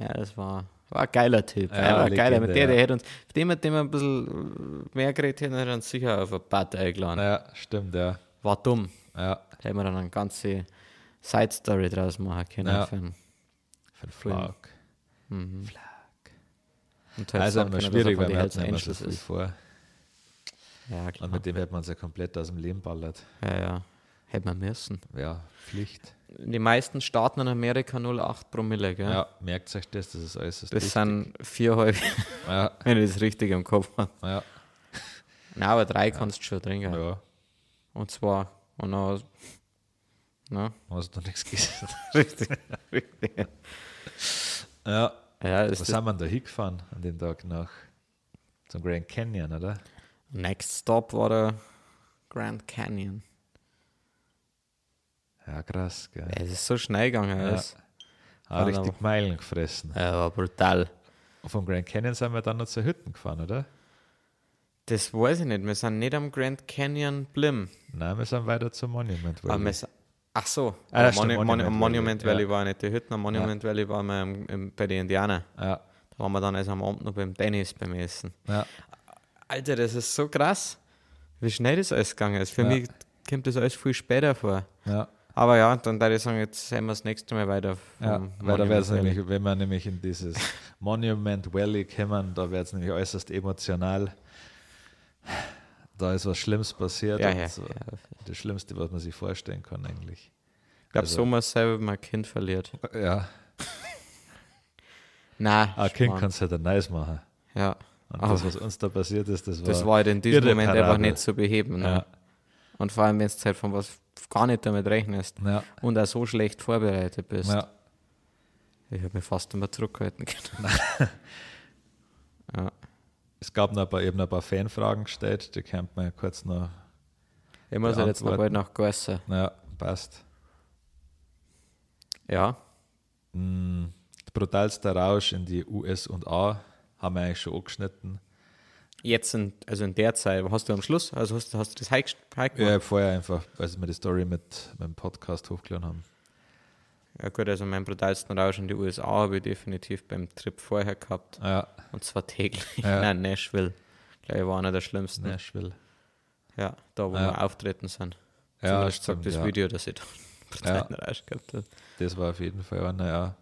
Speaker 1: Ja, das war, war ein geiler Typ.
Speaker 2: Ja,
Speaker 1: Ja, war ein geiler.
Speaker 2: Legende,
Speaker 1: Mit der, der
Speaker 2: ja.
Speaker 1: hätte uns, mit dem, mit dem wir ein bisschen mehr geredet hätten, hätte er uns sicher auf eine Party eingeladen.
Speaker 2: ja, stimmt, ja.
Speaker 1: War dumm.
Speaker 2: Ja,
Speaker 1: Da hätten wir dann eine ganze Side-Story draus machen können.
Speaker 2: Ja.
Speaker 1: Für einen,
Speaker 2: für den Flag.
Speaker 1: einen Teil
Speaker 2: Also
Speaker 1: sagen
Speaker 2: immer
Speaker 1: können,
Speaker 2: schwierig,
Speaker 1: dass
Speaker 2: weil
Speaker 1: er
Speaker 2: wir hatten
Speaker 1: von
Speaker 2: immer
Speaker 1: den
Speaker 2: so
Speaker 1: Hells Angels
Speaker 2: viel
Speaker 1: ist.
Speaker 2: vor.
Speaker 1: Ja,
Speaker 2: Und
Speaker 1: klar.
Speaker 2: mit dem hätte man sie komplett aus dem Leben ballert.
Speaker 1: Ja, ja. Hätte man müssen.
Speaker 2: Ja, Pflicht.
Speaker 1: Die meisten Staaten in Amerika 0,8 Promille, gell?
Speaker 2: Ja, merkt euch das, das ist äußerst
Speaker 1: Das
Speaker 2: wichtig.
Speaker 1: sind viereinhalb,
Speaker 2: Ja,
Speaker 1: wenn ich das richtig im Kopf habe.
Speaker 2: ja,
Speaker 1: Nein, aber drei kannst du schon trinken.
Speaker 2: ja.
Speaker 1: Und zwar, und dann, ne?
Speaker 2: Hast du noch nichts gesehen?
Speaker 1: Richtig.
Speaker 2: Ja,
Speaker 1: Ja,
Speaker 2: was
Speaker 1: ist das
Speaker 2: sind wir denn da hingefahren an dem Tag nach zum Grand Canyon, oder?
Speaker 1: Next Stop war der Grand Canyon.
Speaker 2: Ja, krass, gell.
Speaker 1: Es ist so schnell gegangen.
Speaker 2: Ja.
Speaker 1: alles.
Speaker 2: Auch
Speaker 1: Warte
Speaker 2: richtig Meilen gefressen.
Speaker 1: Ja, war brutal.
Speaker 2: Und vom Grand Canyon sind wir dann noch zur Hütten gefahren, oder?
Speaker 1: Das weiß ich nicht. Wir sind nicht am Grand Canyon blim.
Speaker 2: Nein, wir sind weiter zum Monument
Speaker 1: Aber wir
Speaker 2: Valley.
Speaker 1: sind, Ah, ach so,
Speaker 2: Ah,
Speaker 1: am
Speaker 2: stimmt,
Speaker 1: Monu- Monu-
Speaker 2: Monument
Speaker 1: am Monument
Speaker 2: Valley,
Speaker 1: Valley
Speaker 2: ja.
Speaker 1: war ich nicht die Hütten, am Monument Valley um, waren wir im, im, bei den Indianern.
Speaker 2: Ja,
Speaker 1: Da waren wir dann also am Abend noch beim Dennis beim Essen.
Speaker 2: ja,
Speaker 1: Alter, das ist so krass, wie schnell das alles gegangen ist. Für
Speaker 2: Ja.
Speaker 1: mich kommt das alles viel später vor.
Speaker 2: ja.
Speaker 1: Aber ja, dann würde ich sagen, jetzt sehen wir das nächste Mal weiter. vom
Speaker 2: Ja, weil da
Speaker 1: um, Monument
Speaker 2: wäre es
Speaker 1: Valley.
Speaker 2: nämlich, wenn wir nämlich in dieses Monument Valley kommen, da wäre es nämlich äußerst emotional. Da ist was Schlimmes passiert.
Speaker 1: Ja,
Speaker 2: und
Speaker 1: ja,
Speaker 2: so.
Speaker 1: ja.
Speaker 2: Das Schlimmste, was man sich vorstellen kann, eigentlich.
Speaker 1: Ich glaube,
Speaker 2: also-
Speaker 1: so muss selber mein Kind verliert.
Speaker 2: Ja,
Speaker 1: Nein.
Speaker 2: ein Kind
Speaker 1: Schmarrn.
Speaker 2: kannst du halt ein Neues machen.
Speaker 1: Ah, Ja. Ah,
Speaker 2: Und
Speaker 1: Aber-
Speaker 2: das, was uns da passiert ist, das war.
Speaker 1: Oh. Das war halt in diesem Moment
Speaker 2: irreparabel.
Speaker 1: einfach nicht zu beheben. Ne?
Speaker 2: Ja.
Speaker 1: Und vor allem, wenn du halt von was gar nicht damit rechnest
Speaker 2: Ja,
Speaker 1: und auch so schlecht vorbereitet bist.
Speaker 2: ja,
Speaker 1: Ich habe mich fast immer zurückgehalten können.
Speaker 2: es gab noch ein paar, eben ein paar Fanfragen gestellt, die könnte man kurz noch.
Speaker 1: Ich muss halt jetzt noch bald nach Gossen.
Speaker 2: Naja, passt.
Speaker 1: Ja,
Speaker 2: Mm, brutalster Rausch in die US und A haben wir eigentlich schon angeschnitten.
Speaker 1: jetzt in, also in der Zeit, hast du am Schluss, also hast, du- hast du das Hike gemacht?
Speaker 2: Ja, ich hab vorher einfach, als wir die Story mit meinem Podcast hochgeladen haben.
Speaker 1: ja gut, also meinen brutalsten Rausch in die USA habe ich definitiv beim Trip vorher gehabt.
Speaker 2: Ja,
Speaker 1: Und zwar täglich.
Speaker 2: Ja.
Speaker 1: Nein, Nashville. Ich glaube, war einer der schlimmsten.
Speaker 2: Nashville.
Speaker 1: Ja, da wo
Speaker 2: Ja.
Speaker 1: wir auftreten sind.
Speaker 2: Ja,
Speaker 1: Zumindest
Speaker 2: stimmt,
Speaker 1: sagt das
Speaker 2: ja.
Speaker 1: Video, dass ich da einen brutalen Rausch gehabt habe.
Speaker 2: Das war auf jeden Fall einer, ja.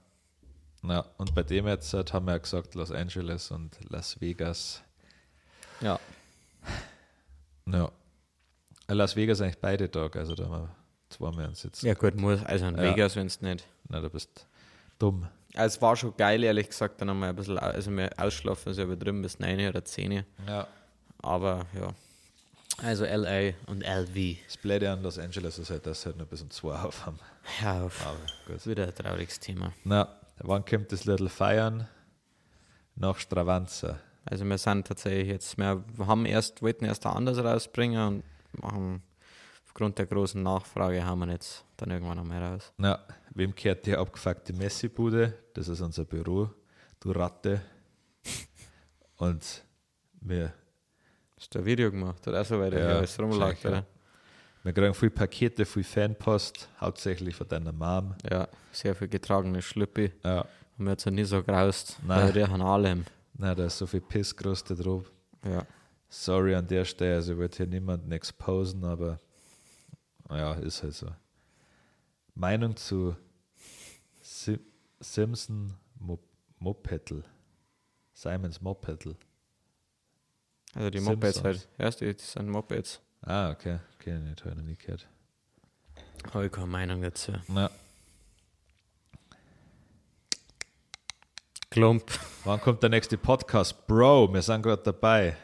Speaker 2: Na, und bei dem jetzt halt haben wir ja gesagt, Los Angeles und Las Vegas.
Speaker 1: Ja.
Speaker 2: Ja. Äh, Las Vegas eigentlich beide Tage, also da haben wir zweimal einen Sitz.
Speaker 1: Ja gut, muss. Also in
Speaker 2: Ja.
Speaker 1: Vegas, wenn es nicht.
Speaker 2: Na, du bist dumm.
Speaker 1: Also es war schon geil, ehrlich gesagt, dann einmal ein bisschen, au- also wir ausschlafen, also übertrieben bis 9 oder 10.
Speaker 2: Ja.
Speaker 1: Aber ja. Also LA und LV.
Speaker 2: Das Blöde an Los Angeles ist halt, dass sie halt nur bis um 2 aufhaben.
Speaker 1: Hör auf.
Speaker 2: Aber
Speaker 1: Das
Speaker 2: gut.
Speaker 1: ist wieder ein trauriges Thema.
Speaker 2: Na, wann kommt das Little Feiern? Nach Stravanza.
Speaker 1: Also wir sind tatsächlich jetzt, wir haben erst, wollten erst ein anderes rausbringen und machen aufgrund der großen Nachfrage haben wir jetzt dann irgendwann einmal raus.
Speaker 2: Na, wem gehört die abgefuckte Messebude? Das ist unser Büro, du Ratte. Und wir,
Speaker 1: Hast du ein Video gemacht oder so, weil der
Speaker 2: Ja,
Speaker 1: ja, alles rumlag,
Speaker 2: wahrscheinlich,
Speaker 1: oder?
Speaker 2: wir kriegen viel Pakete, viel Fanpost, hauptsächlich von deiner Mom.
Speaker 1: Ja, sehr viel getragene Schlüppi.
Speaker 2: Ja,
Speaker 1: Haben wir jetzt noch nie so graust.
Speaker 2: Nein.
Speaker 1: Weil wir riechen allem.
Speaker 2: na, da ist so viel Pisskruste drauf.
Speaker 1: Ja.
Speaker 2: Sorry an der Stelle, also ich wollte hier niemanden exposen, aber ja, ist halt so. Meinung zu Sim Simpson Mo Mopedl. Simons Mopedl.
Speaker 1: Also die Mopeds
Speaker 2: Simpsons.
Speaker 1: halt. Erst die, die sind Mopeds.
Speaker 2: Ah, okay. Kenne ich nicht, habe ich noch nie gehört.
Speaker 1: Habe ich keine Meinung dazu.
Speaker 2: Na,
Speaker 1: Klump.
Speaker 2: wann kommt der nächste Podcast? Bro, wir sind gerade dabei.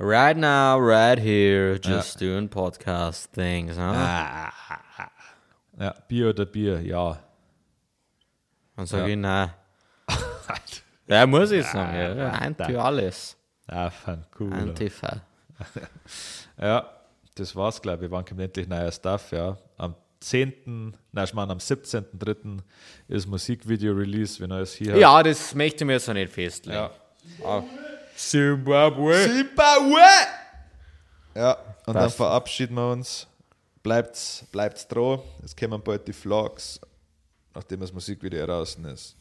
Speaker 1: Right now, right here, just doing podcast things, huh?
Speaker 2: Ja, Bier oder Bier? Ja.
Speaker 1: Dann sage
Speaker 2: Ja.
Speaker 1: ich, nein. ja, muss ich sagen. Ja. Anti alles.
Speaker 2: Ah, fun, cool.
Speaker 1: Antifa.
Speaker 2: Ja, das war's, glaube ich. Wann kommt endlich neuer Stuff, ja. Am 10., nein, ich meine, am 17.3. ist Musikvideo-Release, wenn alles hier
Speaker 1: Ja, das möchte ich mir jetzt noch nicht festlegen. Ah.
Speaker 2: Ja.
Speaker 1: Zimbabwe.
Speaker 2: Zimbabwe! Ja, und dann verabschieden wir uns. Bleibt's, bleibt's dran. Es kommen bald die Vlogs, nachdem das Musikvideo draußen ist.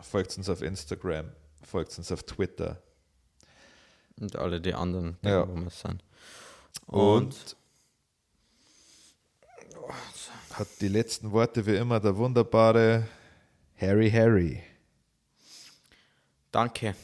Speaker 2: Folgt uns auf Instagram, folgt uns auf Twitter.
Speaker 1: Und alle die anderen, die
Speaker 2: Ja.
Speaker 1: wo wir sind.
Speaker 2: Und, hat die letzten Worte wie immer der wunderbare Harry Harry.
Speaker 1: Danke.